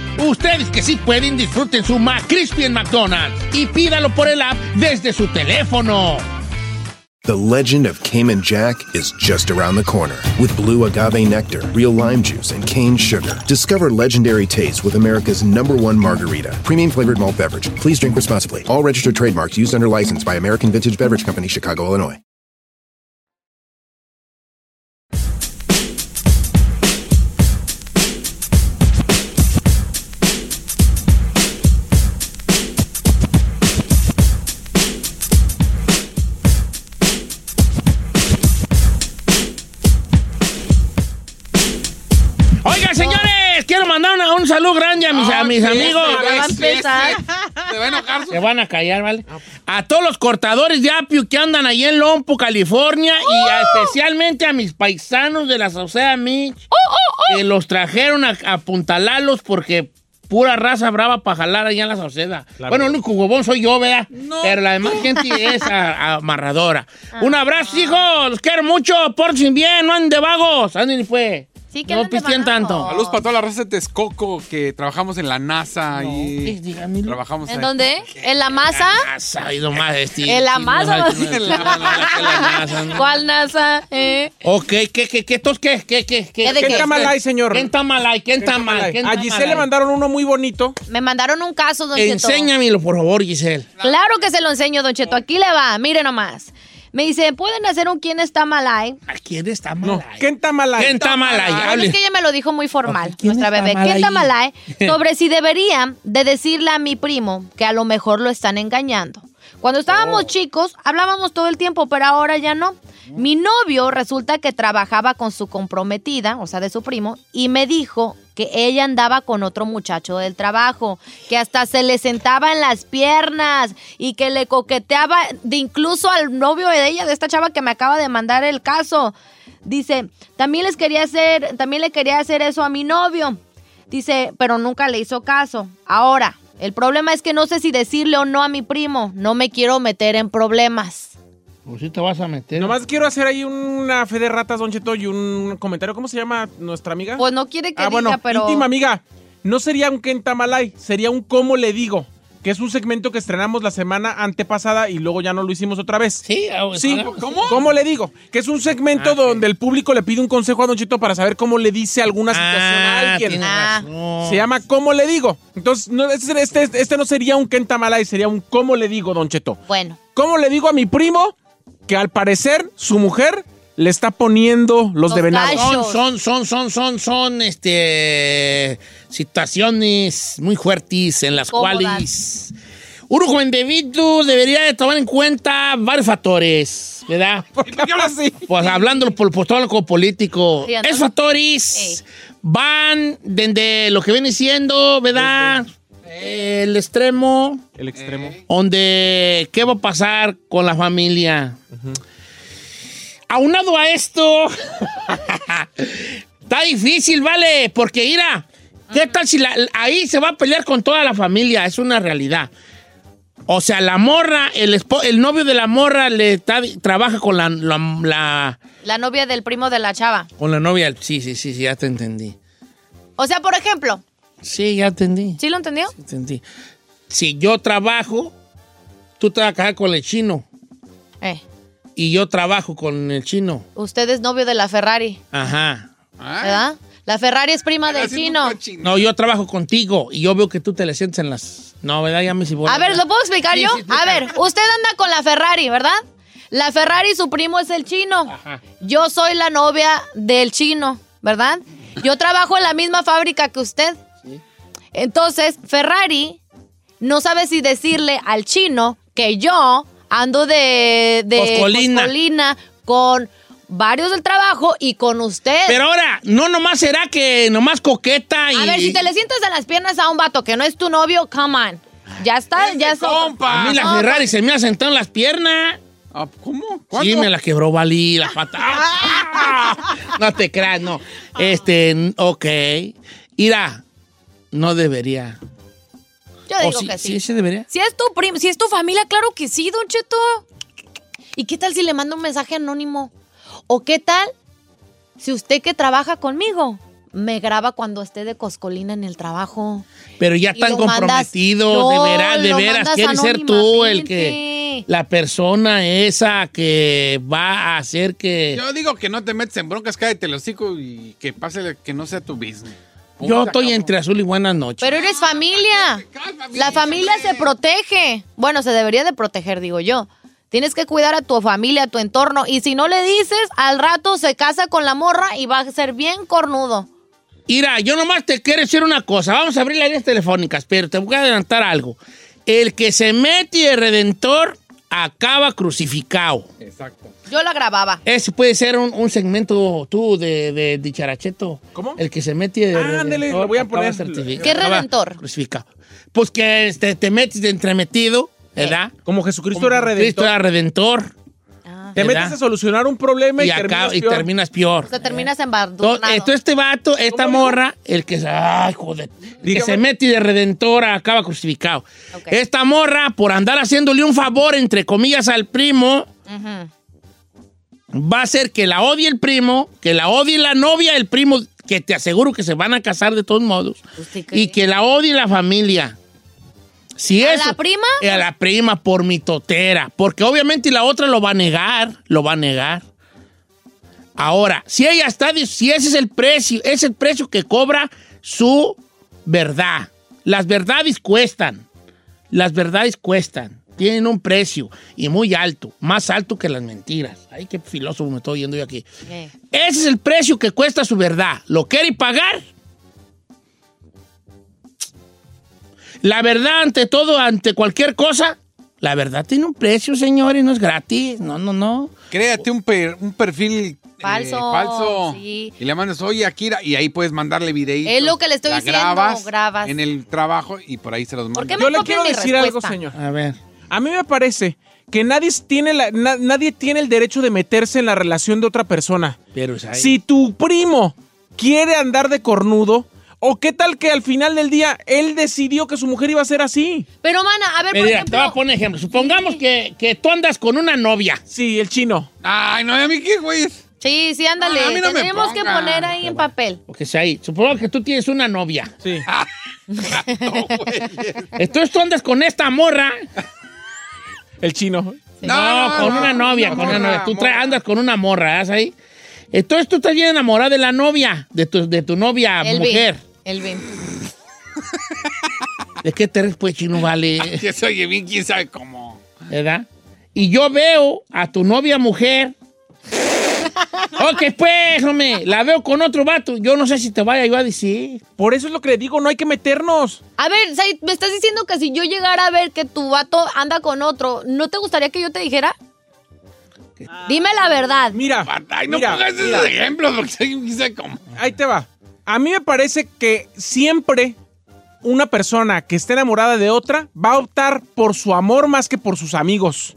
B: Ustedes que sí pueden, disfruten su McCrispy en McDonald's y pídalo por el app desde su teléfono.
I: The legend of Cayman Jack is just around the corner. With blue agave nectar, real lime juice, and cane sugar, discover legendary taste with America's number one margarita. Premium flavored malt beverage. Please drink responsibly. All registered trademarks used under license by American Vintage Beverage Company, Chicago, Illinois.
B: Oigan, señores, quiero mandar una- un saludo grande a mis, a mis amigos.
C: Te va a enojar su-
B: Se van a callar, ¿vale?
D: pues.
B: A todos los cortadores de apio que andan ahí en Lompo, California, y a-
D: ¡Oh!
B: especialmente a mis paisanos de la Sauceda Mich,
D: oh,
B: que los trajeron a, a apuntalarlos porque pura raza brava para jalar allá en la Sauceda. bueno, el único huevón soy yo, ¿verdad? Pero la demás gente es a- a- amarradora.
D: Ah.
B: Un abrazo, hijos. Los quiero mucho. Pórtense bien. No anden de vagos. Anden, pues.
D: Sí, que
B: No
D: anden de
B: pisteen
D: vagos.
B: tanto.
C: Saludos para toda la raza de Texcoco que trabajamos en la NASA
B: Eh,
C: y
B: dígame, lo-
C: trabajamos
D: ¿En
C: ahí.
D: dónde? ¿En la masa?
B: Ah, sabido más de ti.
D: ¿En la masa?
B: Sí, no, no, no, no, no, no, no, no.
D: ¿Cuál NASA? ¿Eh?
B: Ok, ¿qué, qué, qué, tos, qué, qué, qué,
D: ¿Qué de
E: ¿Qué está mal ahí, señor?
B: ¿Quién está mal ahí? ¿Quién está mal? ¿Quién
E: A
B: está
E: Giselle le
B: mal ahí?
E: mandaron uno muy bonito.
D: Me mandaron un caso, don Cheto.
B: Enséñamelo, por favor, Giselle.
D: Claro que se lo enseño, don Cheto. Aquí le va, mire nomás. Me dice, ¿pueden hacer un quién está mal ahí?
B: ¿A quién está mal
E: No,
B: ahí?
E: ¿quién está mal ahí?
B: ¿Quién está mal ahí?
D: Bueno,
B: Hable.
D: Ah, es que ella me lo dijo muy formal,
B: Ok, ¿quién
D: nuestra
B: está
D: bebé.
B: mal
D: ¿Quién está
B: ahí?
D: mal ahí? Sobre si debería de decirle a mi primo que a lo mejor lo están engañando. Cuando estábamos chicos, hablábamos todo el tiempo, pero ahora ya no. Mi novio resulta que trabajaba con su comprometida, o sea, de su primo, y me dijo que ella andaba con otro muchacho del trabajo, que hasta se le sentaba en las piernas y que le coqueteaba de incluso al novio de ella, de esta chava que me acaba de mandar el caso. Dice, también les quería hacer, también le quería hacer eso a mi novio. Dice, pero nunca le hizo caso. Ahora, el problema es que no sé si decirle o no a mi primo. No me quiero meter en problemas.
B: Pues sí te vas a meter.
E: Nomás quiero hacer ahí una fe de ratas, Don Cheto, y un comentario. ¿Cómo se llama nuestra amiga?
D: Pues no quiere que
E: ah,
D: diga,
E: bueno,
D: pero.
E: íntima amiga. No sería un Kentamalay, sería un ¿Cómo le digo? Que es un segmento que estrenamos la semana antepasada y luego ya no lo hicimos otra vez.
B: Sí, ah, pues,
E: Sí,
B: hagamos-
E: ¿cómo? le digo? Que es un segmento donde el público le pide un consejo a Don Chito para saber cómo le dice alguna situación a
B: Ah,
E: alguien.
B: tienes
D: Ah.
B: razón.
E: Se llama ¿Cómo le digo? Entonces, no, este, este- este no sería un Kentamalay, sería un ¿Cómo le digo, Don Cheto?
D: Bueno,
E: ¿Cómo le digo a mi primo que al parecer su mujer le está poniendo los,
D: Los
E: de venado?
D: gallos.
B: Son, son, son, son, son, son, este, situaciones muy fuertes en las
D: Cómodas.
B: cuales un individuo debería de tomar en cuenta varios factores, ¿verdad?
E: ¿Por qué hablas así?
B: Pues hablando por, por todo lo político,
D: Sí, entonces-
B: esos factores van desde lo que viene siendo, ¿verdad? El extremo,
E: El extremo.
B: donde qué va a pasar con la familia. Aunado a esto, está difícil, ¿vale? Porque, mira, ¿qué tal si la- ahí se va a pelear con toda la familia? Es una realidad. O sea, la morra, el, espo- el novio de la morra le está- trabaja con la- la- la
D: la novia del primo de la chava.
B: con la novia, sí, sí, sí, sí, ya te entendí.
D: O sea, por ejemplo,
B: Sí, ya entendí.
D: ¿sí lo entendió?
B: entendí. Si yo trabajo, tú trabajas con el chino
D: Eh,
B: y yo trabajo con el chino.
D: usted es novio de la Ferrari,
B: Ajá.
C: Ah,
D: ¿verdad? La Ferrari es prima del
C: haciendo
D: chino.
C: un cochino.
B: No, yo trabajo contigo y yo veo que tú te le sientes en las... No, ¿verdad? Ya me si
D: A ver, ¿lo puedo explicar
B: Sí,
D: yo?
B: sí, explica.
D: a ver, usted anda con la Ferrari, ¿verdad? La Ferrari, su primo es el chino.
B: Ajá.
D: Yo soy la novia del chino, ¿verdad? Yo trabajo en la misma fábrica que usted. Entonces, Ferrari no sabe si decirle al chino que yo ando de, de
B: Coscolina.
D: coscolina con varios del trabajo y con usted.
B: Pero ahora, no nomás será que nomás coqueta y...
D: a ver, si te le sientas en las piernas a un vato que no es tu novio, come on. Ya está, ya está.
B: A mí la Ferrari
D: pues-
B: se me ha sentado en las piernas.
C: ¿Cómo?
B: Sí, me la quebró Bali, la pata. ¡Ah! No te creas, no. Este, ok. Irá, no debería.
D: Yo
B: O
D: digo
B: sí,
D: que sí.
B: sí, sí debería.
D: Si es tu prim- si es tu familia, claro que sí, Don Cheto. ¿Y qué tal si le mando un mensaje anónimo? ¿O qué tal si usted que trabaja conmigo me graba cuando esté de coscolina en el trabajo?
B: Pero ya
D: Y
B: están
D: lo mandas-
B: comprometidos,
D: No,
B: de veras, de
D: lo
B: veras.
D: mandas
B: Quiere ser tú el que.
D: anónimamente.
B: La persona esa que va a hacer que.
C: Yo digo que no te metes en broncas, cállate el hocico y que pase que no sea tu business.
B: Yo, estoy entre azul y buenas noches.
D: Pero eres familia. La familia se protege. Bueno, se debería de proteger, digo yo. Tienes que cuidar a tu familia, a tu entorno. Y si no le dices, al rato se casa con la morra y va a ser bien cornudo.
B: Mira, yo nomás te quiero decir una cosa. Vamos a abrir las líneas telefónicas, pero te voy a adelantar algo. El que se mete de redentor acaba crucificado.
C: Exacto.
D: Yo la grababa.
B: Ese puede ser un, un segmento tú de, de, de characheto.
E: ¿Cómo?
B: El que se mete de
E: Ah, ándale,
B: redentor
E: lo voy a
B: acaba
E: poner.
B: certificado,
D: ¿Qué
B: acaba
D: redentor?
B: Crucificado. Pues que este, te metes de entremetido, ¿verdad?
E: Como Jesucristo
B: Como
E: era
B: Cristo
E: redentor.
B: era redentor
E: Te
B: ¿verdad?
E: metes a solucionar un problema y,
B: y, acaba-
E: terminas
B: y
E: peor.
B: terminas peor.
D: O sea, terminas
B: To-
D: embardonado.
B: Eh, Esto este vato, esta morra, el que se, ay, joder, el que se mete de redentora acaba crucificado.
D: Ok.
B: Esta morra, por andar haciéndole un favor, entre comillas, al primo,
D: Ujú.
B: va a ser que la odie el primo, que la odie la novia del primo, que te aseguro que se van a casar de todos modos,
D: ¿Usted cree?
B: y que la odie la familia. Si
D: ¿A
B: eso-
D: la prima?
B: Eh, A la prima, por mi totera. Porque obviamente la otra lo va a negar, lo va a negar. Ahora, si ella está, dis- si ese es el precio, es el precio que cobra su verdad. Las verdades cuestan. Las verdades cuestan. Tienen un precio y muy alto, más alto que las mentiras. Ay, qué filósofo me estoy yendo yo aquí.
D: Eh,
B: Ese es el precio que cuesta su verdad. ¿Lo quiere pagar? La verdad, ante todo, ante cualquier cosa, la verdad tiene un precio, señores, no es gratis. No, no, no.
C: Créate un, per- un perfil eh,
D: Falso,
C: falso.
D: sí.
C: Y le mandas, oye, Akira, y ahí puedes mandarle videitos.
D: Es lo que le estoy
C: La
D: diciendo,
C: grabas,
D: grabas.
C: en el trabajo y por ahí se los
D: ¿Por
C: mandas.
D: qué me
E: Yo le
D: copian
E: quiero
D: mi
E: decir algo,
D: respuesta?
E: señor.
B: A ver.
E: A mí me parece que nadie tiene, la- na- nadie tiene el derecho de meterse en la relación de otra persona.
B: Pero, o sea,
E: Si tu primo quiere andar de cornudo, o qué tal que al final del día él decidió que su mujer iba a ser así.
D: Pero, mana, a ver, por
B: mira, te voy a
D: ejemplo,
B: poner ejemplo. Supongamos que, que tú andas con una novia.
E: Sí, el chino.
C: Ay, no, a mí qué, güey.
D: Sí, sí, ándale.
C: Ah, a mí no me
D: Tenemos que
C: ponga.
D: poner ahí en papel.
B: Porque sea ahí. Supongamos que tú tienes una novia.
E: Sí.
C: No, güey.
B: Entonces tú andas con esta morra.
E: El chino.
B: No, con una novia, con una novia. Tú traes-
C: morra.
B: andas con una morra, ¿estás ahí? Entonces tú estás bien enamorada de la novia, de tu, de tu novia
D: El
B: mujer.
D: Vin. El Vin.
B: ¿De qué te ríes, pues, chino, vale?
C: Que se oye bien, quién sabe cómo.
B: ¿Verdad? Y yo veo a tu novia mujer. ok, pues, hombre, la veo con otro vato. Yo no sé si te vaya yo a decir.
E: Por eso es lo que le digo, no hay que meternos.
D: A ver, Said, me estás diciendo que si yo llegara a ver que tu vato anda con otro, ¿no te gustaría que yo te dijera?
C: Ah.
D: Dime la verdad.
E: Mira,
C: Ay, no
E: mira,
C: pongas
E: mira,
C: esos ejemplos porque se oye bien, quién sabe cómo.
E: ahí te va. A mí me parece que siempre una persona que esté enamorada de otra va a optar por su amor más que por sus amigos.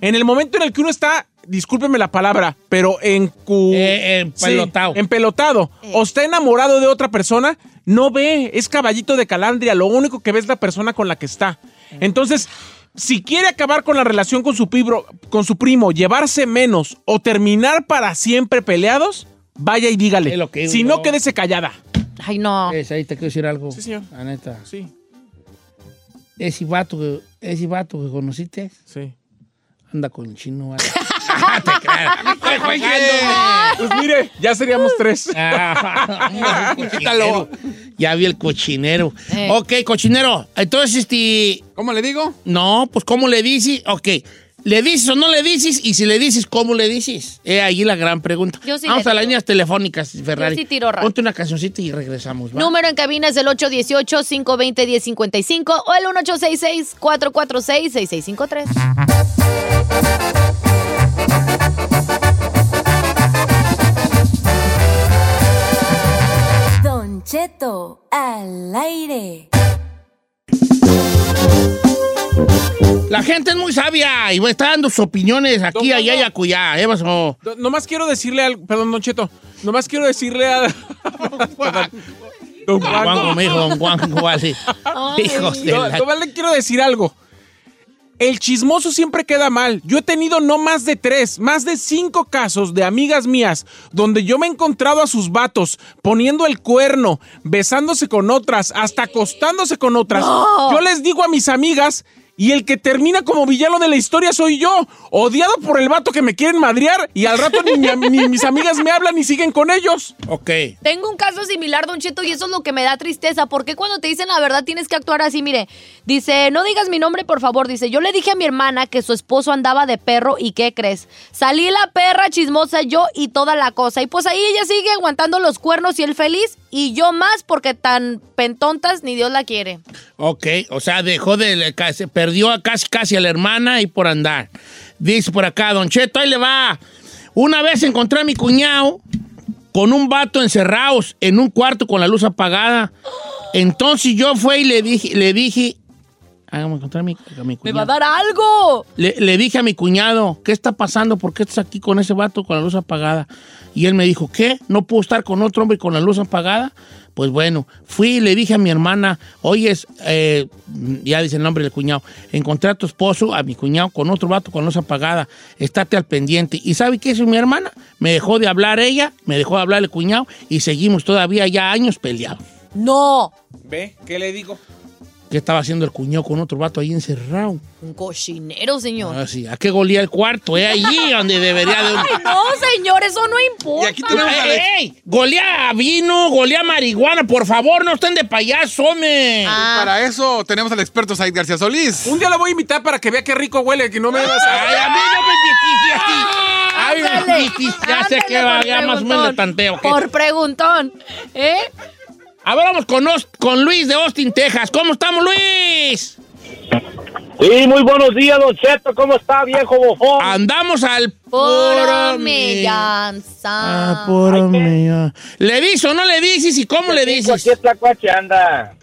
E: En el momento en el que uno está, discúlpeme la palabra, pero en cu...
B: Eh, eh,
E: Sí,
B: pelotao.
E: empelotado.
D: Eh.
E: O está enamorado de otra persona, no ve, es caballito de calandria, lo único que ve es la persona con la que está. Entonces, si quiere acabar con la relación con su, pibro- con su primo, llevarse menos o terminar para siempre peleados, vaya y dígale.
B: Es lo que digo
E: si
B: yo.
E: no, quédese callada.
D: Ay, no.
B: Es, ahí te quiero decir algo.
E: Sí, señor.
B: La neta.
E: Sí,
B: Ese vato que, ese vato que conociste
E: sí.
B: anda con chino, vale. te creas. Estoy jugando.
E: Pues mire, ya seríamos tres.
B: Ah, el cochinero. ya vi el cochinero.
D: Eh.
B: Ok, cochinero. Entonces, este.
C: ¿Cómo le digo?
B: No, pues, ¿cómo le dices? Ok. ¿Le dices o no le dices? Y si le dices, ¿cómo le dices? He ahí la gran pregunta.
D: Yo sí
B: Vamos
D: le
B: a las
D: digo.
B: líneas telefónicas, Ferrari.
D: Yo sí tiro raro.
B: Ponte una cancioncita y regresamos. ¿va?
D: Número en cabina es el 818-520-1055 o el 1866-446-6653.
G: Don Cheto al aire.
B: La gente es muy sabia y está dando sus opiniones aquí, allá y acullá. ¿eh? Vaso?
E: No- Nomás quiero decirle al. Perdón, Don Cheto. Nomás quiero decirle a. Don
B: Don Juan
E: Juan.
B: conmigo, don Juan Juan, sí. Hijos de
E: No,
B: la-
E: nomás le quiero decir algo. El chismoso siempre queda mal. Yo he tenido no más de tres, más de cinco casos de amigas mías donde yo me he encontrado a sus vatos poniendo el cuerno, besándose con otras, hasta acostándose con otras. Yo les digo a mis amigas y el que termina como villano de la historia soy yo, odiado por el vato que me quieren madrear y al rato ni, mi- ni mis amigas me hablan y siguen con ellos.
B: Ok.
D: Tengo un caso similar, Don Cheto, y eso es lo que me da tristeza. Porque cuando te dicen la verdad tienes que actuar así? Mire, dice, no digas mi nombre, por favor. Dice, yo le dije a mi hermana que su esposo andaba de perro y ¿qué crees? Salí la perra chismosa yo y toda la cosa. Y pues ahí ella sigue aguantando los cuernos y el feliz y yo más porque tan pentontas ni Dios la quiere.
B: Ok, o sea, dejó de. se perdió a casi, casi a la hermana y por andar. Dice por acá, Don Cheto, ahí le va. Una vez encontré a mi cuñado con un vato encerrados en un cuarto con la luz apagada. Entonces yo fui y le dije, le dije. Hágame encontrar a mi, a mi
D: ¡Me va a
B: cuñado.
D: dar algo!
B: Le, le dije a mi cuñado, ¿qué está pasando? ¿Por qué estás aquí con ese vato con la luz apagada? Y él me dijo, ¿qué? ¿No puedo estar con otro hombre con la luz apagada? Pues bueno, fui y le dije a mi hermana, oye, eh, ya dice el nombre del cuñado, encontré a tu esposo, a mi cuñado, con otro vato con luz apagada, estate al pendiente. ¿Y sabe qué hizo mi hermana? Me dejó de hablar ella, me dejó de hablar el cuñado y seguimos todavía ya años peleados.
D: ¡No!
E: ¿Ve? ¿Qué le digo?
B: ¿Qué estaba haciendo el cuñado con otro vato ahí encerrado?
D: Un cochinero, señor.
B: Ah, sí, ¿a qué golía el cuarto? Es allí donde debería de...
D: ¡Ay, no, señor! Eso no importa.
C: Ah, Y aquí tenemos a
B: ¡Ey, eh, ey! Golea vino, golea marihuana, por favor, no estén de payaso, hombre.
D: Ah.
E: Ah.
C: Para eso tenemos al experto Said García Solís.
E: Un día la voy a invitar para que vea qué rico huele, que no me vas a...
B: Ay, a mí no me metiste a ti. Ay, me metiste. Ya sé
D: Ah, Ándale,
B: que
D: por
B: va, ya más o menos
D: preguntón.
B: le tanteo. que-
D: Por preguntón. ¿Eh?
B: A ver, vamos con, Os- con Luis de Austin, Texas. ¿Cómo estamos, Luis?
J: Sí, muy buenos días, Don Cheto. ¿Cómo está, viejo bofón?
B: Andamos al
D: Por
B: mí. Ah,
D: millanza.
B: por mí, ah. ¿Le dices o no le dices y cómo le
J: Cinco,
B: dices?
J: Aquí está Cuache, anda.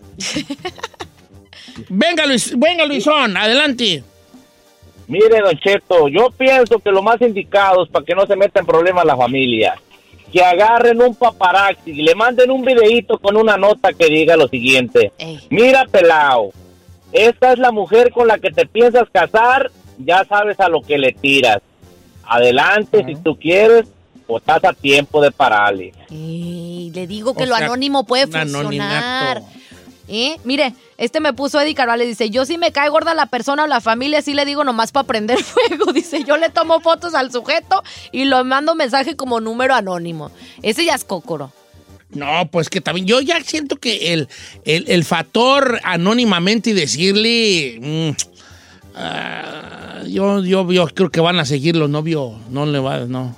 B: Venga, Luis, venga, Luisón, adelante.
J: Mire, Don Cheto, yo pienso que lo más indicado es para que no se meta en problemas la familia. Que agarren un paparazzi y le manden un videíto con una nota que diga lo siguiente.
D: Ey.
J: Mira, pelao, esta es la mujer con la que te piensas casar, ya sabes a lo que le tiras. Adelante si tú quieres o estás a tiempo de pararle.
D: Ey, le digo que
B: O
D: lo
B: sea,
D: anónimo puede
B: un
D: funcionar.
B: anonimato.
D: ¿Eh? Mire, este me puso Eddie Carvalho. Dice: Yo si me cae gorda la persona o la familia, sí le digo nomás para prender fuego. Dice: Yo le tomo fotos al sujeto y lo mando mensaje como número anónimo. Ese ya es cócoro.
B: No, pues que también yo ya siento que el, el, el factor anónimamente y decirle, mm, ah, yo, yo, yo creo que van a seguir los novios, no le va, no.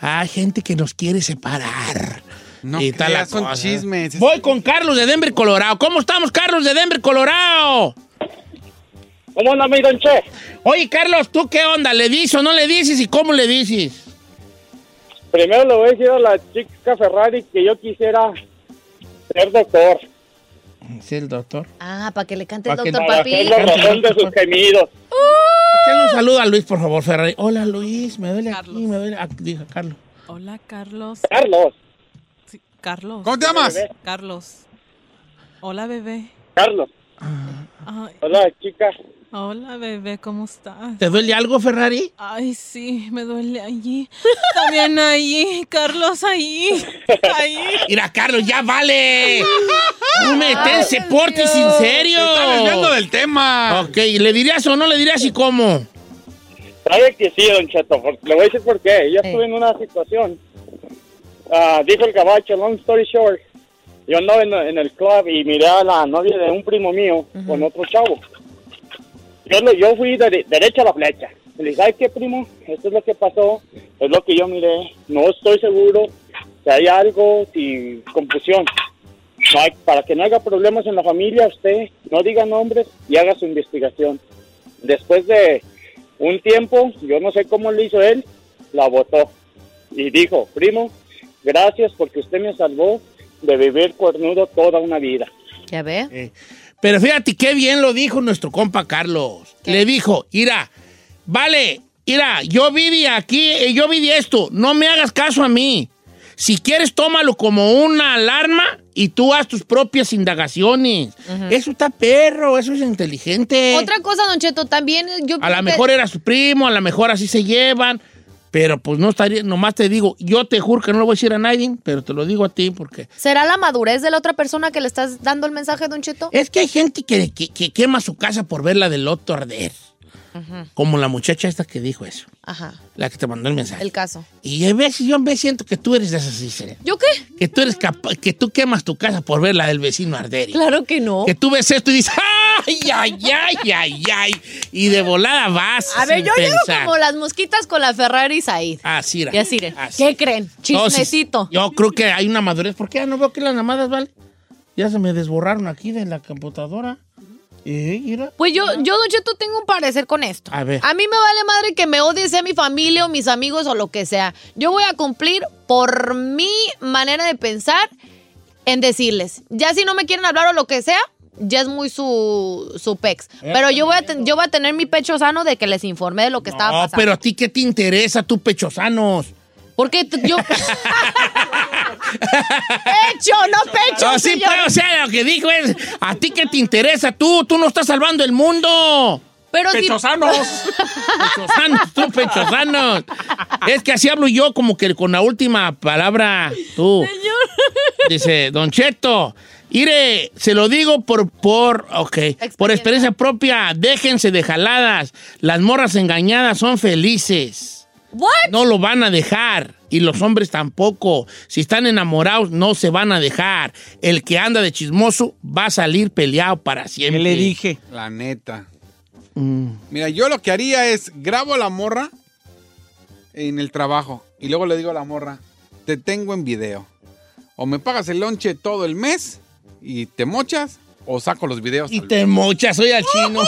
B: Hay gente que nos quiere separar.
C: No
B: Y tal la
C: creas, son
B: cosa. ¿eh?
C: chismes.
B: Voy con Carlos de Denver, Colorado. ¿Cómo estamos, Carlos de Denver, Colorado?
J: ¿Cómo anda, mi Don Che?
B: Oye, Carlos, ¿tú qué onda? ¿Le dices o no le dices y cómo le dices?
J: Primero le voy a decir a la chica Ferrari que yo quisiera ser doctor.
B: Sí, el doctor.
D: Ah, para que le cante el
B: Pa' que
D: doctor
B: no-
J: Para
D: Papi.
J: hacer la razón de sus gemidos.
B: Échale un saludo a Luis, por favor, Ferrari. Hola, Luis, me duele aquí,
F: Carlos.
B: me duele aquí, dijo Carlos.
F: Hola, Carlos.
J: Carlos,
F: Sí, Carlos.
C: ¿Cómo te llamas?
F: Carlos. Hola, bebé.
J: Carlos.
F: Ay,
J: Hola, chica.
F: hola, bebé, ¿cómo estás?
B: ¿Te duele algo, Ferrari?
F: Ay, sí, me duele allí. También allí, Carlos, allí. Ahí.
B: Mira, Carlos, ya vale. No me tense, porte sin
C: Está desviando
B: serio.
C: del
E: Ah.
C: tema.
B: Ok, ¿le dirías o no le dirías y cómo?
J: Sabe que sí, don Cheto. por- Le voy a decir por qué. Yo estuve en una situación. Ah, dijo el caballo, long story short. Yo andaba en, en el club y miré a la novia de un primo mío con otro chavo. Yo, le- yo fui dere- derecha a la flecha. Le dije, ¿sabes qué, primo? Esto es lo que pasó. Es lo que yo miré. No estoy seguro si hay algo, si confusión. No hay- para que no haya problemas en la familia, usted no diga nombres y haga su investigación. Después de un tiempo, yo no sé cómo lo hizo él, la votó y dijo, primo, gracias porque usted me salvó de vivir cuernudo toda una vida.
D: Ya ve.
B: Pero fíjate qué bien lo dijo nuestro compa Carlos. Le dijo, ira, vale, ira, yo viví aquí, eh, yo viví esto, no me hagas caso a mí. Si quieres, tómalo como una alarma y tú haz tus propias indagaciones. Eso está perro, eso es inteligente.
D: Otra cosa, Don Cheto, también yo...
B: A lo mejor era su primo, a lo mejor así se llevan, pero pues no estaría, nomás te digo, yo te juro que no lo voy a decir a nadie, pero te lo digo a ti porque
D: ¿Será la madurez de la otra persona que le estás dando el mensaje, Don Cheto?
B: es que hay gente que, que- que quema su casa por verla del otro arder,
D: Ujú.
B: como la muchacha esta que dijo eso,
D: Ajá,
B: la que te mandó el mensaje.
D: el caso.
B: Y a veces yo me siento que tú eres de esas, Isela,
D: ¿Yo qué?
B: que tú eres capaz, que tú quemas tu casa por verla del vecino arder.
D: Claro que no.
B: Que tú ves esto y dices, ay, ay, ay, ay, ay, y de volada vas.
D: A ver,
B: sin
D: yo llego
B: pensar.
D: como las mosquitas con la Ferrari y Said.
B: Así era.
D: Y así, de,
B: Así.
D: ¿qué creen? Chismecito.
B: Entonces, yo creo que hay una madurez. ¿Por qué Ah, no veo que las llamadas, vale? Ya se me desborraron aquí de la computadora. Eh, mira.
D: Pues yo, yo, Don Cheto, tengo un parecer con esto.
B: A ver.
D: A mí me vale madre que me odie, sea mi familia o mis amigos o lo que sea. Yo voy a cumplir por mi manera de pensar en decirles. Ya si no me quieren hablar o lo que sea, ya es muy su, su pex.
B: Eh,
D: Pero yo voy, a ten- yo voy a tener mi pecho sano de que les informé de lo que estaba
B: No,
D: pasando.
B: Oh, pero a ti qué te interesa, tú pechosanos.
D: Porque t- yo... ¡Pecho, no pecho,
B: No, Ah, sí,
D: señor.
B: pero, o sea, lo que dijo es, a ti qué te interesa, tú, tú no estás salvando el mundo.
D: Pero si-
B: Pechosanos, tú, pechosanos. Es que así hablo yo, como que con la última palabra, tú. Dice, Don Cheto, ire, se lo digo por, por, ok, por experiencia propia, déjense de jaladas. Las morras engañadas son felices.
D: ¿What?
B: No lo van a dejar. Y los hombres tampoco. Si están enamorados, no se van a dejar. El que anda de chismoso va a salir peleado para siempre.
E: le dije?
C: La neta.
B: Mm.
C: Mira, yo lo que haría es grabo a la morra en el trabajo y luego le digo a la morra, te tengo en video. O me pagas el lonche todo el mes y te mochas o saco los videos.
B: Y te mochas, soy al chino.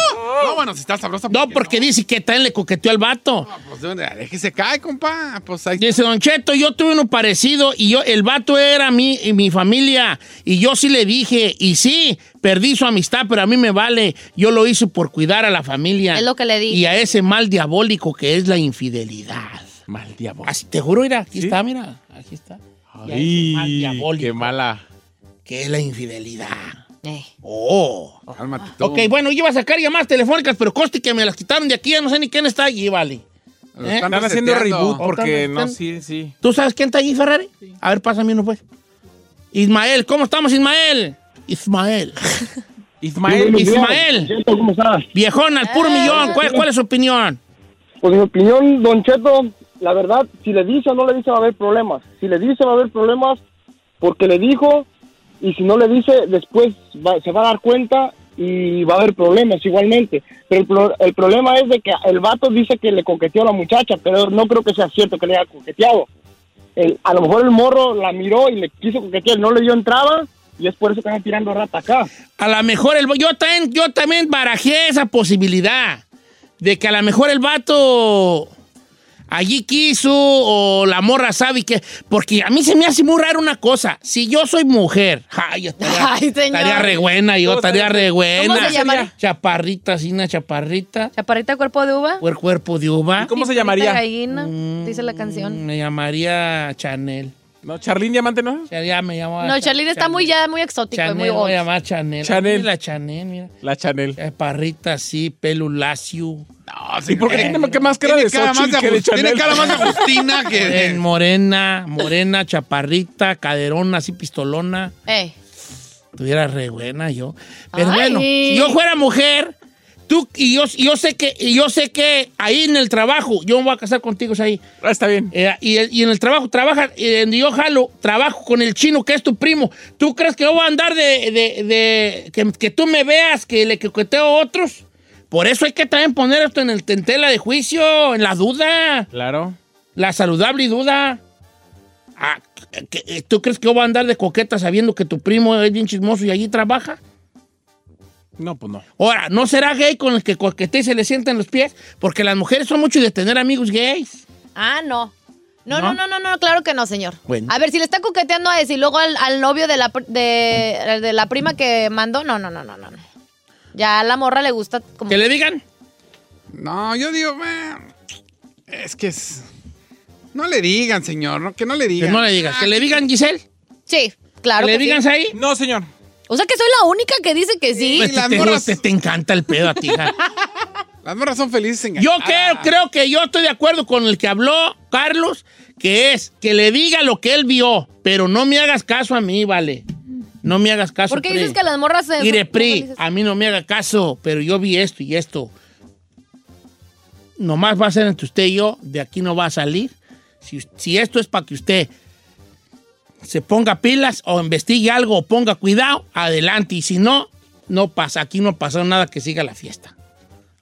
C: No, bueno, si estás sabrosa.
B: No, porque dice que también le coqueteó al vato.
C: Pues, de dónde- es que se cae, compa. Pues ahí
B: Dice Don Cheto, yo tuve uno parecido y yo, el vato era mi, y mi familia y yo sí le dije, y sí, perdí su amistad, pero a mí me vale, yo lo hice por cuidar a la familia.
D: Es lo que le dije.
B: Y a ese mal diabólico que es la infidelidad.
E: Mal diablo.
B: Así te juro, mira, aquí
E: ¿Sí?
B: está, mira, aquí está. Y a ese mal
E: Ay,
B: diabólico
E: qué mala.
B: que es la infidelidad.
D: Eh.
B: Oh.
C: Cálmate tú.
B: Ok, bueno, yo iba a sacar llamadas telefónicas, pero coste que me las quitaron de aquí, ya no sé ni quién está allí, vale.
C: Lo
B: ¿eh?
E: Están haciendo
C: reseteando.
E: reboot porque
B: Están-
E: no, sí, sí.
B: ¿Tú sabes quién está allí, Ferrari? A ver, pásame uno, pues. Ismael, ¿cómo estamos, Ismael? Ismael.
E: Ismael,
B: Ismael.
J: Cheto, ¿cómo estás?
B: Viejón, al puro millón. ¿Cuál, cuál es su opinión?
J: Pues mi opinión, Don Cheto, la verdad, si le dice o no le dice va a haber problemas. Si le dice va a haber problemas porque le dijo y si no le dice después va- se va a dar cuenta y va a haber problemas igualmente. Pero el, pro- el problema es de que el vato dice que le coqueteó a la muchacha, pero no creo que sea cierto que le haya coqueteado. El- a lo mejor el morro la miró y le quiso coquetear, no le dio entrada y es por eso que están tirando rata acá.
B: A lo mejor el... Yo también, yo también barajé esa posibilidad de que a lo mejor el vato allí quiso o la morra sabe que... Porque a mí se me hace muy raro una cosa. Si yo soy mujer... Ay, yo estaría,
D: Ay, señor.
B: estaría re buena, yo
E: ¿Cómo
B: estaría
E: estaría?
B: re buena.
D: ¿Cómo se llamaría?
B: Chaparrita, así una chaparrita.
D: Chaparrita cuerpo de uva.
B: Cuer- Cuerpo de uva.
E: ¿Cómo se
D: Chaparrita
E: llamaría?
D: gallina,
B: Mm.
D: dice la canción.
B: Me llamaría Chanel.
E: No, Charlín Diamante, ¿no?
B: Ya, ya me llamaba.
D: No, Charlene está muy ya muy exótico y
B: Chanel,
D: muy
B: voy a
D: old.
B: llamar Chanel.
E: Chanel.
B: La Chanel, mira.
E: La Chanel.
B: Eh, Parrita así, pelo lacio.
C: No, sí,
E: ¿Y por qué
C: eh,
E: tiene más cara
C: tiene
E: de
C: cara más
E: Xochitl que
C: de
E: de
C: Agust- Tiene
E: Chanel?
C: cara más de Agustina que
B: Eh,
C: de...
B: morena, morena, chaparrita, caderona, así pistolona.
D: Eh,
B: Estuviera re buena yo. Pero
D: Ay.
B: bueno, si yo fuera mujer, tú y yo, y yo sé que, y yo sé que ahí en el trabajo, yo me voy a casar contigo, ahí.
E: Ah, está bien.
B: Eh, y, y en el trabajo, trabaja, eh, donde yo jalo, trabajo con el chino que es tu primo. ¿Tú crees que yo voy a andar de, de- de- que, que tú me veas que le coqueteo a otros? Por eso hay que también poner esto en el en tela de juicio, en la duda,
E: Claro.
B: la saludable duda. Ah, que- que- ¿Tú crees que yo voy a andar de coqueta sabiendo que tu primo es bien chismoso y allí trabaja?
E: No, pues no.
B: Ahora, ¿no será gay con el que coquetea y se le sientan los pies? Porque las mujeres son mucho de tener amigos gays.
D: Ah, no. No, no, no, no, no, claro que no, señor.
B: Bueno.
D: A ver, si le está coqueteando a ese y luego al, al novio de la, pr- de, de la prima que mandó, no, no, no, no, no. no. Ya a la morra le gusta como...
B: ¿Que le digan?
C: No, yo digo, "Meh, es que es. No le digan, señor, no, que no le digan.
B: Que no le digas. ¿Que le digan, Giselle?
D: Sí, claro.
B: ¿Que le
D: que sí.
B: digan ahí?
E: No, señor.
D: O sea que soy la única que dice que sí.
B: Pues te, te- te encanta el pedo a ti, hija.
C: Las morras son felices en
B: Yo
D: Ah,
B: creo, creo que yo estoy de acuerdo con el que habló Carlos, que es que le diga lo que él vio, pero no me hagas caso a mí, vale. No me hagas caso.
D: ¿Por qué
B: Pues, Pri.
D: dices que las morras se...
B: Mire,
D: son-
B: Pri, a mí no me haga caso, pero yo vi esto y esto. Nomás va a ser entre usted y yo, de aquí no va a salir. Si, si esto es para que usted se ponga pilas o investigue algo o ponga cuidado, adelante. Y si no, no pasa, aquí no pasó nada que siga la fiesta.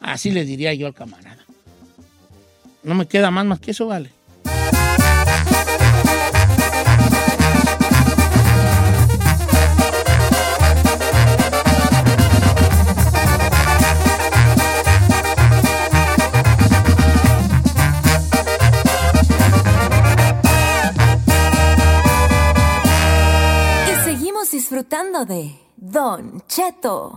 B: Así le diría yo al camarada. No me queda más más que eso, vale.
G: Y seguimos disfrutando de Don Cheto.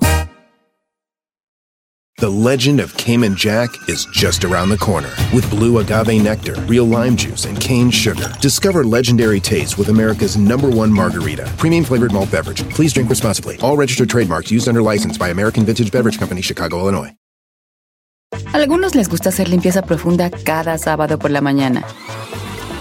I: The legend of Cayman Jack is just around the corner. With blue agave nectar, real lime juice, and cane sugar, discover legendary taste with America's number one margarita. Premium flavored malt beverage. Please drink responsibly. All registered trademarks used under license by American Vintage Beverage Company, Chicago, Illinois.
A: Algunos les gusta hacer limpieza profunda cada sábado por la mañana.